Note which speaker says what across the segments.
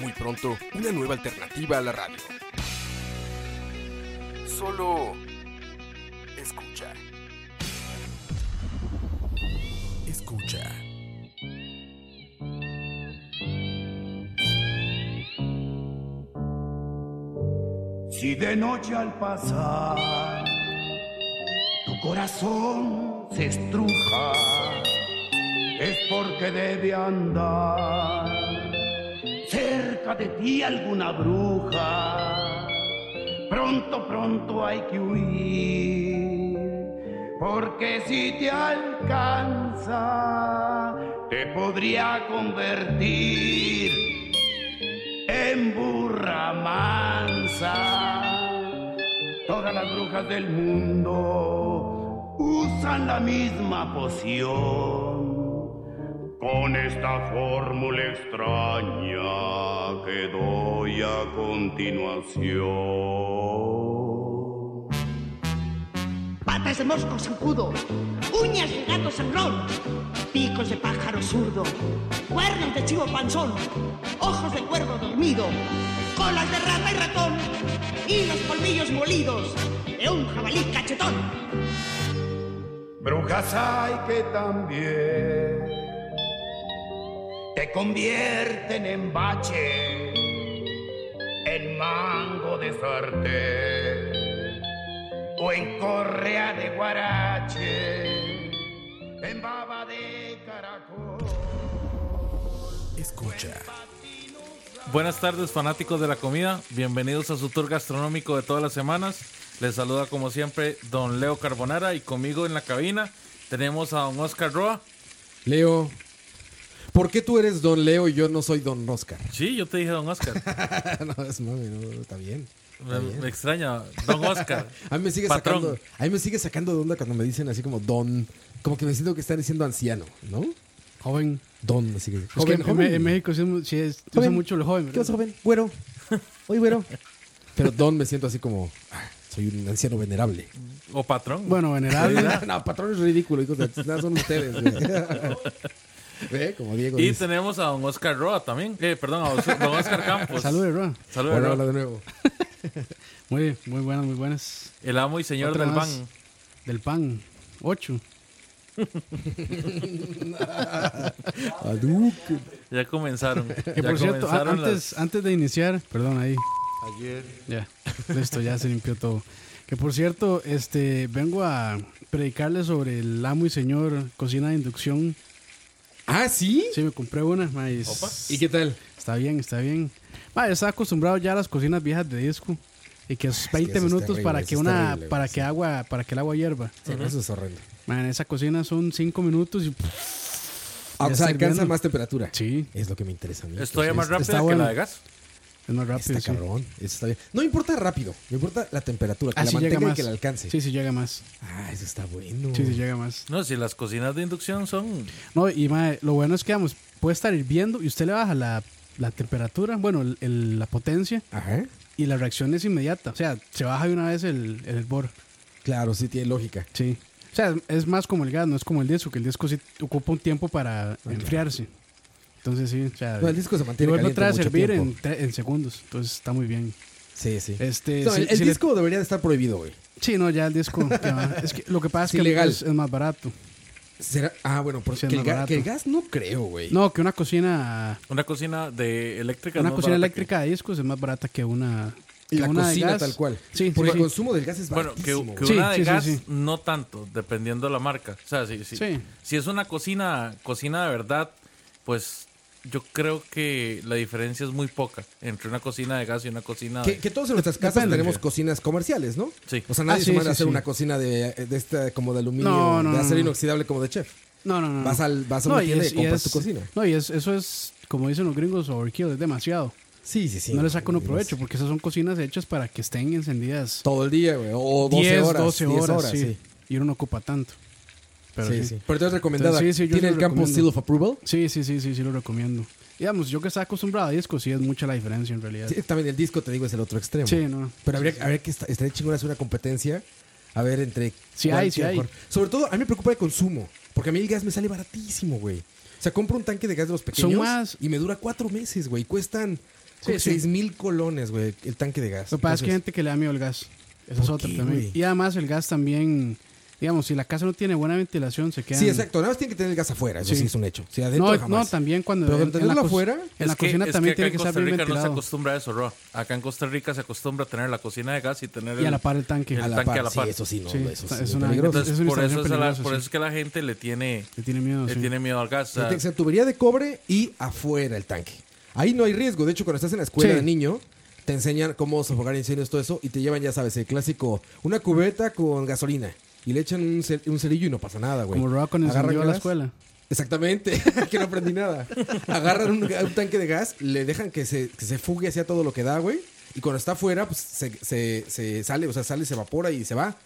Speaker 1: Muy pronto, una nueva alternativa a la radio. Solo escucha. Escucha.
Speaker 2: Si de noche al pasar tu corazón se estruja, es porque debe andar cerca de ti alguna bruja. Pronto, pronto hay que huir, porque si te alcanza, te podría convertir en burra mansa. Todas las brujas del mundo usan la misma poción. Con esta fórmula extraña que doy a continuación.
Speaker 3: Patas de mosco zancudo, uñas de gato sangrón, picos de pájaro zurdo, cuernos de chivo panzón, ojos de cuervo dormido, colas de rata y ratón y los colmillos molidos de un jabalí cachetón.
Speaker 2: Brujas hay que también te convierten en bache, en mango de sartén o en correa de guarache, en baba de caracol.
Speaker 1: Escucha.
Speaker 4: Buenas tardes fanáticos de la comida, bienvenidos a su tour gastronómico de todas las semanas. Les saluda como siempre don Leo Carbonara y conmigo en la cabina tenemos a don Oscar Roa.
Speaker 5: Leo, ¿por qué tú eres Don Leo y yo no soy Don Oscar?
Speaker 4: Sí, yo te dije don Oscar.
Speaker 5: no, es mami, no, está bien.
Speaker 4: Me, me extraña, don Oscar.
Speaker 5: A mí, me sigue
Speaker 4: Patrón.
Speaker 5: sacando, a mí me sigue sacando de onda cuando me dicen así como Don, como que me siento que están diciendo anciano, ¿no?
Speaker 6: Joven.
Speaker 5: Don, así que...
Speaker 6: Es Pues que en- en, México sí, es mu- sí es, se usa
Speaker 5: Joven.
Speaker 6: mucho el joven.
Speaker 5: ¿Qué
Speaker 6: ¿verdad?
Speaker 5: vas, joven? Güero. Oye, güero. Pero Don me siento así como... ah, Soy un anciano venerable.
Speaker 4: O patrón.
Speaker 6: Bueno, venerable.
Speaker 5: no, patrón es ridículo, hijos de... Nada, son ustedes. güey. Ve, como Diego
Speaker 4: y
Speaker 6: pues.
Speaker 5: dice.
Speaker 4: tenemos a don Oscar Roa también. Eh, perdón, a os- don Oscar Campos.
Speaker 6: Saludos, Roa.
Speaker 4: Saludos,
Speaker 5: Hola,
Speaker 4: Roa.
Speaker 5: hola de nuevo.
Speaker 6: Muy, bien, muy buenas, muy buenas.
Speaker 4: El amo y señor
Speaker 6: Otra
Speaker 4: del
Speaker 6: más
Speaker 4: van.
Speaker 6: Del pan. Ocho.
Speaker 5: A Duque.
Speaker 4: Ya comenzaron.
Speaker 6: Que
Speaker 4: ya
Speaker 6: por cierto, a-
Speaker 4: comenzaron
Speaker 6: antes, antes de iniciar, perdón ahí. Ayer. Ya, listo, ya se limpió todo. Que por cierto, este, vengo a predicarles sobre el amo y señor cocina de inducción.
Speaker 5: ¿Ah, sí?
Speaker 6: Sí, me compré una, maíz.
Speaker 5: ¿Y qué tal?
Speaker 6: Está bien, está bien. Ma, yo estaba acostumbrado ya a las cocinas viejas de disco y que es
Speaker 5: que
Speaker 6: 20
Speaker 5: eso Ah, es
Speaker 6: minutos
Speaker 5: terrible,
Speaker 6: para
Speaker 5: eso
Speaker 6: que
Speaker 5: es
Speaker 6: una
Speaker 5: terrible,
Speaker 6: para
Speaker 5: sí.
Speaker 6: que agua para que el agua hierva.
Speaker 5: Sí, Eso es horrendo.
Speaker 6: Ma, en esa cocina son 5 minutos y pff, Ya
Speaker 5: Ah, o sea,
Speaker 6: está
Speaker 5: alcanza
Speaker 6: hirviendo.
Speaker 5: más temperatura.
Speaker 6: Sí.
Speaker 5: Es lo que me interesa a mí.
Speaker 4: Estoy más
Speaker 5: Entonces,
Speaker 4: rápida
Speaker 6: está
Speaker 4: que
Speaker 6: bueno.
Speaker 4: la de gas.
Speaker 6: es más rápido.
Speaker 5: Está
Speaker 6: sí.
Speaker 5: cabrón. Eso está bien. No importa rápido. No importa la temperatura. Que
Speaker 6: Ah,
Speaker 5: la
Speaker 6: sí llega
Speaker 5: mantenga y
Speaker 6: más.
Speaker 5: que la alcance.
Speaker 6: Sí, sí llega más.
Speaker 5: Ah, eso está bueno.
Speaker 6: Sí, sí llega más.
Speaker 4: No, si las cocinas de inducción son.
Speaker 6: No, y ma, lo bueno es que vamos, puede estar hirviendo y usted le baja la, la temperatura, bueno, el- el- la potencia
Speaker 5: Ajá.
Speaker 6: y la reacción es inmediata. O sea, se baja de una vez el, el hervor.
Speaker 5: Claro, sí tiene lógica.
Speaker 6: Sí. O sea, es más como el gas, no es como el disco, que el disco sí ocupa un tiempo para enfriarse. Entonces sí, o sea,
Speaker 5: No, el disco se mantiene
Speaker 6: y vuelve
Speaker 5: caliente
Speaker 6: otra vez
Speaker 5: mucho
Speaker 6: a servir en,
Speaker 5: tiempo.
Speaker 6: tre- en segundos, entonces está muy bien.
Speaker 5: Sí, sí.
Speaker 6: Este,
Speaker 5: No,
Speaker 6: si-
Speaker 5: el el
Speaker 6: si le-
Speaker 5: disco debería de estar prohibido, güey.
Speaker 6: Sí, no, ya el disco. que va. Es que lo que pasa es
Speaker 5: Es
Speaker 6: que
Speaker 5: ilegal.
Speaker 6: el gas es más barato.
Speaker 5: ¿Será? Ah, bueno, porque
Speaker 6: Sí, es
Speaker 5: que el,
Speaker 6: más
Speaker 5: ga-
Speaker 6: barato.
Speaker 5: que el gas no creo, güey.
Speaker 6: No, que una cocina,
Speaker 4: Una cocina de eléctrica. es
Speaker 6: una
Speaker 4: más
Speaker 6: cocina
Speaker 4: barata que-
Speaker 6: eléctrica de discos es más barata que una.
Speaker 5: Y
Speaker 6: que
Speaker 5: la
Speaker 6: una de
Speaker 5: cocina
Speaker 6: gas.
Speaker 5: tal cual.
Speaker 6: Sí,
Speaker 5: Porque
Speaker 6: sí,
Speaker 5: el
Speaker 6: sí.
Speaker 5: consumo del gas es
Speaker 4: Bueno,
Speaker 5: baratísimo.
Speaker 4: que, que
Speaker 5: güey.
Speaker 6: Sí,
Speaker 4: una de
Speaker 6: sí, sí,
Speaker 4: gas
Speaker 6: sí.
Speaker 4: no tanto, dependiendo de la marca. O sea, si, si,
Speaker 6: Sí.
Speaker 4: si es una cocina, cocina de verdad, pues yo creo que la diferencia es muy poca entre una cocina de gas y una cocina
Speaker 5: Que,
Speaker 4: de...
Speaker 5: que todos en nuestras casas
Speaker 6: Depende.
Speaker 5: tenemos cocinas comerciales, ¿no?
Speaker 4: Sí.
Speaker 5: O sea, nadie
Speaker 6: Ah,
Speaker 5: se
Speaker 6: sí,
Speaker 5: manda a
Speaker 6: sí,
Speaker 5: hacer
Speaker 6: sí.
Speaker 5: una cocina de, de esta como de aluminio,
Speaker 6: No, no,
Speaker 5: de
Speaker 6: no,
Speaker 5: acero
Speaker 6: no.
Speaker 5: inoxidable como de chef.
Speaker 6: No, no, no.
Speaker 5: Vas,
Speaker 6: no.
Speaker 5: al, vas a una
Speaker 6: y
Speaker 5: tienda y,
Speaker 6: es- y
Speaker 5: compras
Speaker 6: es-
Speaker 5: tu cocina.
Speaker 6: No, y es, eso es, como dicen los gringos, overkill, es demasiado.
Speaker 5: Sí, sí, sí.
Speaker 6: no le saca uno
Speaker 5: Es
Speaker 6: provecho, porque esas son cocinas hechas para que estén encendidas
Speaker 5: Todo el día, güey. O 12
Speaker 6: 10,
Speaker 5: horas.
Speaker 6: 12
Speaker 5: 10
Speaker 6: horas, sí.
Speaker 5: sí.
Speaker 6: Y uno no ocupa tanto. Pero
Speaker 5: Sí,
Speaker 6: sí,
Speaker 5: sí. Pero te recomendada.
Speaker 6: Entonces, sí, sí, yo
Speaker 5: ¿Tiene
Speaker 6: lo
Speaker 5: el campo
Speaker 6: recomiendo.
Speaker 5: Seal of Approval?
Speaker 6: Sí, sí, sí, sí, sí lo recomiendo. Digamos, yo que estaba acostumbrado a discos, sí es mucha la diferencia en realidad.
Speaker 5: Sí, también el disco, te digo, es el otro extremo.
Speaker 6: Sí, no.
Speaker 5: Pero habría, habría que estar, estaría chingón hacer una competencia. A ver, entre.
Speaker 6: Sí
Speaker 5: cuál
Speaker 6: hay, sí
Speaker 5: queda
Speaker 6: hay.
Speaker 5: mejor. Sobre todo, a mí me preocupa el consumo. Porque a mí el gas me sale baratísimo, güey. O sea, compro un tanque de gas de los pequeños
Speaker 6: más-
Speaker 5: y me dura cuatro meses, güey. Cuestan
Speaker 6: Sí, sí.
Speaker 5: seis mil colones, güey, el tanque de gas.
Speaker 6: Lo que pasa es que hay
Speaker 5: Entonces,
Speaker 6: gente que le da miedo el gas. Esa es
Speaker 5: ¿Por
Speaker 6: otra
Speaker 5: qué,
Speaker 6: también.
Speaker 5: güey?
Speaker 6: Y además el gas también, digamos, si la casa no tiene buena ventilación, se queda.
Speaker 5: Sí, exacto. Nada más tienen que tener el gas afuera. Eso
Speaker 6: Sí.
Speaker 5: sí, es un hecho. Sí,
Speaker 6: No,
Speaker 5: adentro jamás.
Speaker 6: no, también cuando.
Speaker 5: Pero
Speaker 6: en- en la
Speaker 5: tenerlo
Speaker 6: co-
Speaker 5: afuera,
Speaker 6: En la
Speaker 4: Es que-
Speaker 6: cocina
Speaker 4: es
Speaker 6: también
Speaker 4: acá
Speaker 6: tiene
Speaker 4: en
Speaker 6: que
Speaker 4: Costa
Speaker 6: estar bien
Speaker 4: Rica No se
Speaker 6: ventilado.
Speaker 4: acostumbra a eso, Roa. Acá en Costa Rica se acostumbra a tener la cocina de gas y tener
Speaker 6: Y a la par el tanque.
Speaker 4: el
Speaker 5: a la
Speaker 4: tanque
Speaker 5: par.
Speaker 4: a la par.
Speaker 5: Sí, eso sí, no.
Speaker 6: Sí,
Speaker 5: eso sí,
Speaker 6: es
Speaker 5: es
Speaker 6: una-
Speaker 5: peligroso.
Speaker 4: Entonces,
Speaker 6: Es una
Speaker 4: por, eso
Speaker 6: instalación
Speaker 4: es a la-
Speaker 6: peligrosa,
Speaker 4: por
Speaker 6: sí.
Speaker 4: eso es que la gente le tiene,
Speaker 6: Le tiene miedo.
Speaker 4: le
Speaker 6: sí.
Speaker 4: tiene miedo al gas. o sea,
Speaker 5: Tiene que ser tubería de cobre y afuera el tanque. Ahí no hay riesgo. De hecho, cuando estás en la escuela
Speaker 6: Sí.
Speaker 5: de niño, te enseñan cómo sofocar incendios, todo eso, y te llevan, ya sabes, el clásico, una cubeta con gasolina. Y le echan un, cer- un cerillo y no pasa nada, güey.
Speaker 6: Como Roa con
Speaker 5: Agarran
Speaker 6: encendió a la
Speaker 5: gas.
Speaker 6: escuela.
Speaker 5: Exactamente, que no aprendí nada. Agarran un, un tanque de gas, le dejan que se, que se fugue hacia todo lo que da, güey. Y cuando está afuera, pues se, se- se sale, o sea, sale, se evapora y se va.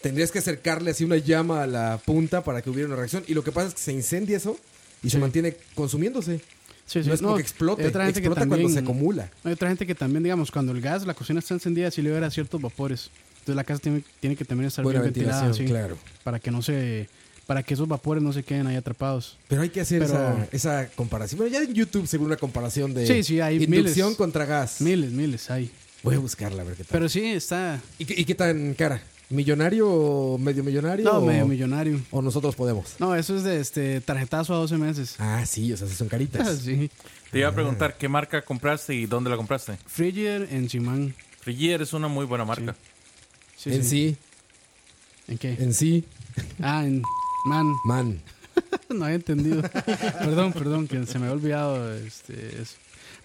Speaker 5: Tendrías que acercarle así una llama a la punta para que hubiera una reacción. Y lo que pasa es que se incendia eso y se mantiene consumiéndose.
Speaker 6: Sí, sí,
Speaker 5: No es como que explote,
Speaker 6: hay otra gente que
Speaker 5: explota cuando se acumula.
Speaker 6: Hay otra gente que también, digamos, cuando el gas, la cocina está encendida, sí libera ciertos vapores. Entonces la casa tiene, tiene que también estar
Speaker 5: Buena
Speaker 6: bien ventilada,
Speaker 5: ventilación,
Speaker 6: sí,
Speaker 5: claro.
Speaker 6: para que no se, para que esos vapores no se queden ahí atrapados.
Speaker 5: Pero hay que hacer
Speaker 6: Pero-
Speaker 5: esa, esa comparación. Bueno, ya en YouTube, según una comparación de
Speaker 6: Sí, sí, hay
Speaker 5: inducción
Speaker 6: miles.
Speaker 5: contra gas.
Speaker 6: Miles, miles hay.
Speaker 5: Voy a buscarla a ver qué tal.
Speaker 6: Pero sí está,
Speaker 5: ¿Y, qué, y qué tan cara? ¿Millonario o medio millonario?
Speaker 6: no,
Speaker 5: o-
Speaker 6: medio millonario.
Speaker 5: O nosotros podemos.
Speaker 6: No, eso es de este tarjetazo a 12 meses.
Speaker 5: Ah, sí, o sea, sí son caritas.
Speaker 6: sí.
Speaker 4: Te iba a preguntar qué marca compraste y dónde la compraste.
Speaker 6: Frigider en Simán.
Speaker 4: Frigier es una muy buena marca.
Speaker 6: Sí,
Speaker 5: en sí.
Speaker 6: ¿En qué?
Speaker 5: en sí,
Speaker 6: Ah, en man.
Speaker 5: man.
Speaker 6: No había entendido. perdón, perdón, que se me había olvidado este, eso.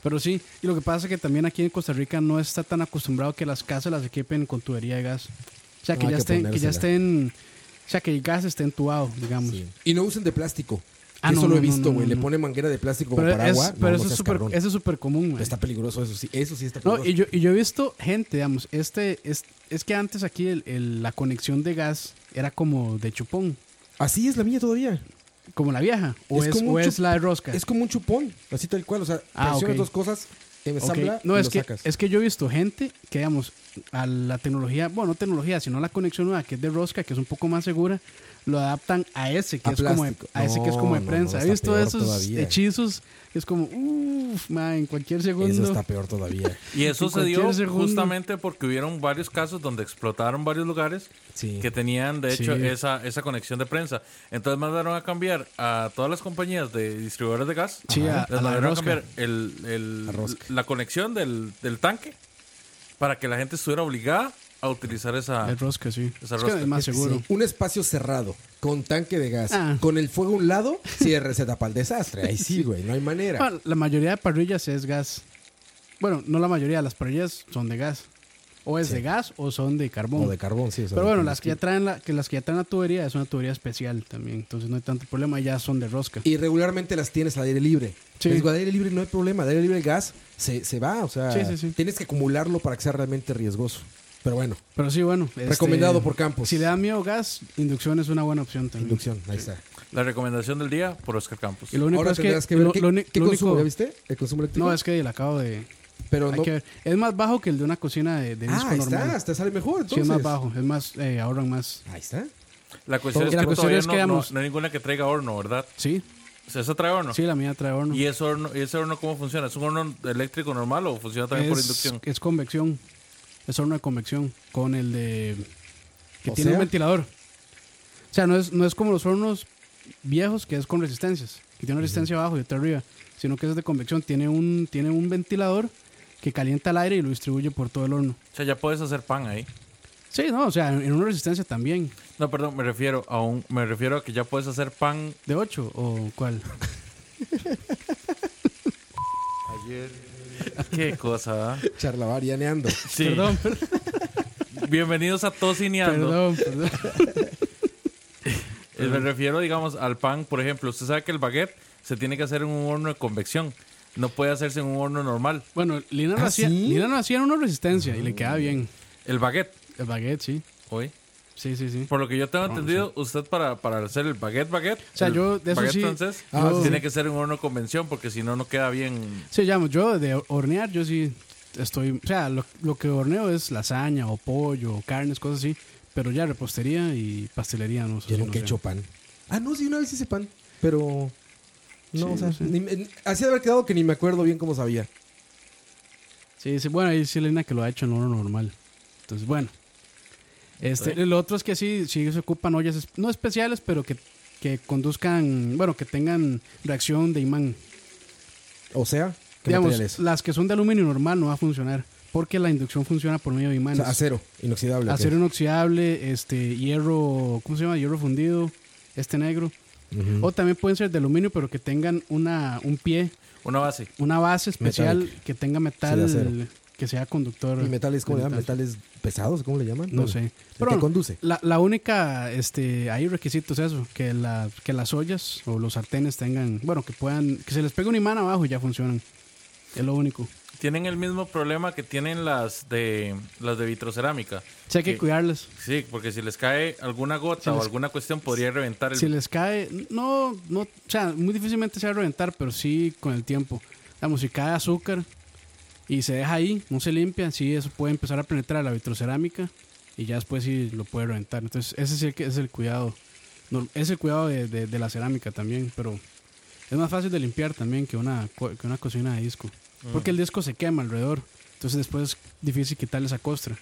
Speaker 6: Pero sí, y lo que pasa es que también aquí en Costa Rica no está tan acostumbrado que las casas las equipen con tubería de gas. O sea, que,
Speaker 5: No, hay
Speaker 6: ya,
Speaker 5: que
Speaker 6: estén, que ya
Speaker 5: ponérsela.
Speaker 6: estén, o sea, que el gas esté entubado, digamos.
Speaker 5: Sí. Y no usen de plástico.
Speaker 6: Ah,
Speaker 5: eso
Speaker 6: no,
Speaker 5: lo he
Speaker 6: no, no,
Speaker 5: visto,
Speaker 6: no,
Speaker 5: güey.
Speaker 6: no,
Speaker 5: Le
Speaker 6: no.
Speaker 5: pone manguera de plástico
Speaker 6: Pero,
Speaker 5: como para
Speaker 6: es-
Speaker 5: agua.
Speaker 6: pero
Speaker 5: no,
Speaker 6: eso,
Speaker 5: no
Speaker 6: es
Speaker 5: seas
Speaker 6: súper,
Speaker 5: cabrón.
Speaker 6: eso es súper común. güey.
Speaker 5: Está peligroso, eso sí. Eso sí está
Speaker 6: No,
Speaker 5: peligroso.
Speaker 6: y, yo, y yo he visto gente, digamos, este, es, es que antes aquí el- el- la conexión de gas era como de chupón,
Speaker 5: Así es la mía todavía.
Speaker 6: como la vieja, o es,
Speaker 5: como
Speaker 6: o
Speaker 5: un
Speaker 6: es
Speaker 5: chup-
Speaker 6: la de rosca.
Speaker 5: Es como un chupón, así tal cual. O sea,
Speaker 6: Ah,
Speaker 5: presionas
Speaker 6: ok.
Speaker 5: dos cosas,
Speaker 6: Ok,
Speaker 5: ensambla
Speaker 6: No,
Speaker 5: y
Speaker 6: es
Speaker 5: lo
Speaker 6: que,
Speaker 5: sacas.
Speaker 6: es que yo he visto gente que, digamos, a la tecnología, bueno, no tecnología, sino la conexión nueva, que es de rosca, que es un poco más segura, lo adaptan a ese que,
Speaker 5: A
Speaker 6: es como de,
Speaker 5: plástico.
Speaker 6: a ese que es como de
Speaker 5: No, no,
Speaker 6: prensa.
Speaker 5: no,
Speaker 6: He
Speaker 5: está
Speaker 6: visto
Speaker 5: peor
Speaker 6: esos
Speaker 5: todavía.
Speaker 6: hechizos, es como, uff, en cualquier segundo.
Speaker 5: Eso está peor todavía.
Speaker 4: Y eso
Speaker 6: En
Speaker 4: se dio
Speaker 6: cualquier segundo.
Speaker 4: justamente porque hubieron varios casos donde explotaron varios lugares
Speaker 5: Sí.
Speaker 4: que tenían, de hecho,
Speaker 6: Sí.
Speaker 4: esa, esa conexión de prensa. Entonces mandaron a cambiar a todas las compañías de distribuidores de gas.
Speaker 6: Sí, a-
Speaker 4: les
Speaker 6: a la
Speaker 4: mandaron
Speaker 6: rosca.
Speaker 4: cambiar el, el-
Speaker 5: La rosca.
Speaker 4: la conexión del, del tanque para que la gente estuviera obligada a utilizar esa...
Speaker 6: Es rosca, sí.
Speaker 4: Esa
Speaker 6: es, que
Speaker 4: rosca.
Speaker 6: es más
Speaker 5: Sí,
Speaker 6: Ah, seguro.
Speaker 5: Un espacio cerrado, con tanque de gas,
Speaker 6: Ah.
Speaker 5: con el fuego a un lado, cierre receta para el desastre. Ahí sí, güey, no hay manera.
Speaker 6: Bueno, la mayoría de parrillas es gas. Bueno, no la mayoría, las parrillas son de gas. O es de gas o son de carbón.
Speaker 5: O de carbón, sí. o sea,
Speaker 6: Pero
Speaker 5: de
Speaker 6: bueno, las que ya
Speaker 5: combustible.
Speaker 6: traen la, que las que ya traen la tubería es una tubería especial también, entonces no hay tanto problema, ya son de rosca.
Speaker 5: Y regularmente las tienes al aire libre.
Speaker 6: Sí.
Speaker 5: Les digo, al aire libre no hay problema. Al aire libre el gas se, se va, o sea,
Speaker 6: Sí, sí, sí.
Speaker 5: tienes que acumularlo para que sea realmente riesgoso. Pero bueno,
Speaker 6: Pero sí, bueno. este,
Speaker 5: Recomendado por Campos.
Speaker 6: Si le da miedo gas, inducción es una buena opción también.
Speaker 5: inducción, ahí está.
Speaker 4: La recomendación del día por Oscar Campos.
Speaker 6: Y lo único
Speaker 5: Ahora
Speaker 6: es que,
Speaker 5: tendrás que, ver
Speaker 6: lo-
Speaker 5: qué,
Speaker 6: lo uni-
Speaker 5: qué
Speaker 6: lo
Speaker 5: consumo,
Speaker 6: único-
Speaker 5: ¿ya viste? ¿El consumo eléctrico?
Speaker 6: No, es que le acabo de...
Speaker 5: Pero
Speaker 6: hay
Speaker 5: no-
Speaker 6: que ver. Es más bajo que el de una cocina de, de disco
Speaker 5: Ah, ahí
Speaker 6: normal.
Speaker 5: está, hasta sale
Speaker 6: Sí,
Speaker 5: mejor entonces.
Speaker 6: es más bajo, es más, eh, ahorran más.
Speaker 5: Ahí está.
Speaker 4: La cuestión
Speaker 6: Porque
Speaker 4: es
Speaker 6: la
Speaker 4: que
Speaker 6: cuestión
Speaker 4: todavía
Speaker 6: es que,
Speaker 4: no, no-
Speaker 6: digamos-
Speaker 4: no hay ninguna que traiga horno, ¿verdad?
Speaker 6: Sí,
Speaker 4: O sea, ¿Esa trae horno?
Speaker 6: sí, la mía trae horno.
Speaker 4: ¿Y ese horno, y ese horno cómo funciona? ¿Es un horno eléctrico normal o funciona también por
Speaker 6: es,
Speaker 4: inducción?
Speaker 6: es convección, es horno de convección, con el de... que
Speaker 5: O
Speaker 6: tiene un
Speaker 5: sea-
Speaker 6: ventilador. O sea, no es, no es como los hornos viejos que es con resistencias, que tiene una resistencia abajo y otra arriba, sino que es de convección, tiene un, tiene un ventilador que calienta el aire y lo distribuye por todo el horno.
Speaker 4: O sea, ya puedes hacer pan ahí.
Speaker 6: Sí, no, o sea, en una resistencia también.
Speaker 4: No, perdón, me refiero a un, me refiero a que ya puedes hacer pan.
Speaker 6: ¿De 8 o cuál?
Speaker 4: Qué cosa. ¿ah?
Speaker 5: Charlavarianeando.
Speaker 4: Sí. Ah,
Speaker 6: Perdón, perdón,
Speaker 4: Bienvenidos a Tocineando.
Speaker 6: perdón, perdón.
Speaker 4: Eh, Me refiero, digamos, al pan, por ejemplo. Usted sabe que el baguette se tiene que hacer en un horno de convección. No puede hacerse en un horno normal.
Speaker 6: Bueno, Lina no
Speaker 5: ¿Ah,
Speaker 6: hacía,
Speaker 5: sí? Ah.
Speaker 6: Lina no hacía una resistencia y le queda bien.
Speaker 4: El baguette,
Speaker 6: El baguette, sí.
Speaker 4: hoy.
Speaker 6: Sí, sí, sí.
Speaker 4: Por lo que yo tengo entendido, usted para, para hacer el baguette baguette,
Speaker 6: Ah, sea,
Speaker 4: el
Speaker 6: yo de eso
Speaker 4: baguette
Speaker 6: sí-
Speaker 4: francés,
Speaker 6: Ah,
Speaker 4: tiene
Speaker 6: sí.
Speaker 4: que ser en un horno de convención porque si no, no queda bien.
Speaker 6: Sí, llamo. Yo de hornear, yo sí estoy. O sea, lo, lo que horneo es lasaña o pollo o carnes, cosas así. Pero ya repostería y pastelería, no sé.
Speaker 5: Yo
Speaker 6: no
Speaker 5: nunca he
Speaker 6: sé.
Speaker 5: hecho pan. Ah, no, sí, una vez hice pan. Pero. No,
Speaker 6: Sí,
Speaker 5: o sea,
Speaker 6: no sé.
Speaker 5: ni me- así de haber quedado que ni me acuerdo bien cómo sabía.
Speaker 6: Sí, sí, bueno, ahí sí, Elena que lo ha hecho en horno normal. Entonces, bueno. Este, El otro es que sí, sí se ocupan ollas, es- no especiales, pero que, que conduzcan, bueno, que tengan reacción de imán.
Speaker 5: O sea, ¿qué
Speaker 6: Digamos,
Speaker 5: material es?
Speaker 6: las que son de aluminio normal no va a funcionar, porque la inducción funciona por medio de
Speaker 5: O
Speaker 6: imanes.
Speaker 5: sea, acero, inoxidable. ¿o qué?
Speaker 6: acero inoxidable, este, hierro, ¿cómo se llama? Hierro fundido, este negro. O también pueden ser de aluminio, pero que tengan una, un pie,
Speaker 4: Una base.
Speaker 6: una base especial
Speaker 5: Metálica.
Speaker 6: que tenga
Speaker 5: Sí, de
Speaker 6: metal,
Speaker 5: acero.
Speaker 6: que sea conductor.
Speaker 5: ¿Y metales, cómo
Speaker 6: de
Speaker 5: le llaman?
Speaker 6: metal.
Speaker 5: ¿Metales pesados? ¿Cómo le llaman?
Speaker 6: No
Speaker 5: Bueno,
Speaker 6: sé.
Speaker 5: el que
Speaker 6: bueno,
Speaker 5: conduce.
Speaker 6: La, la única, este, hay requisitos eso, que, la, que las ollas o los sartenes tengan, bueno, que puedan, que se les pegue un imán abajo y ya funcionan. Es lo único.
Speaker 4: Tienen el mismo problema que tienen las de las de vitrocerámica.
Speaker 6: Sí, hay que
Speaker 4: Que-
Speaker 6: cuidarlas.
Speaker 4: Sí, porque si les cae alguna gota
Speaker 6: Si
Speaker 4: o
Speaker 6: les-
Speaker 4: alguna cuestión podría reventar el...
Speaker 6: Si les cae, no, no, o sea, muy difícilmente se va a reventar, pero sí con el tiempo. Digamos, si cae azúcar y se deja ahí, no se limpia, sí, eso puede empezar a penetrar a la vitrocerámica y ya después sí lo puede reventar. Entonces, ese sí que es el cuidado. No, es el cuidado de, de- de la cerámica también, pero es más fácil de limpiar también que una, co- que una cocina de disco.
Speaker 4: Ah.
Speaker 6: Porque el disco se quema alrededor, entonces después es difícil quitarle esa costra.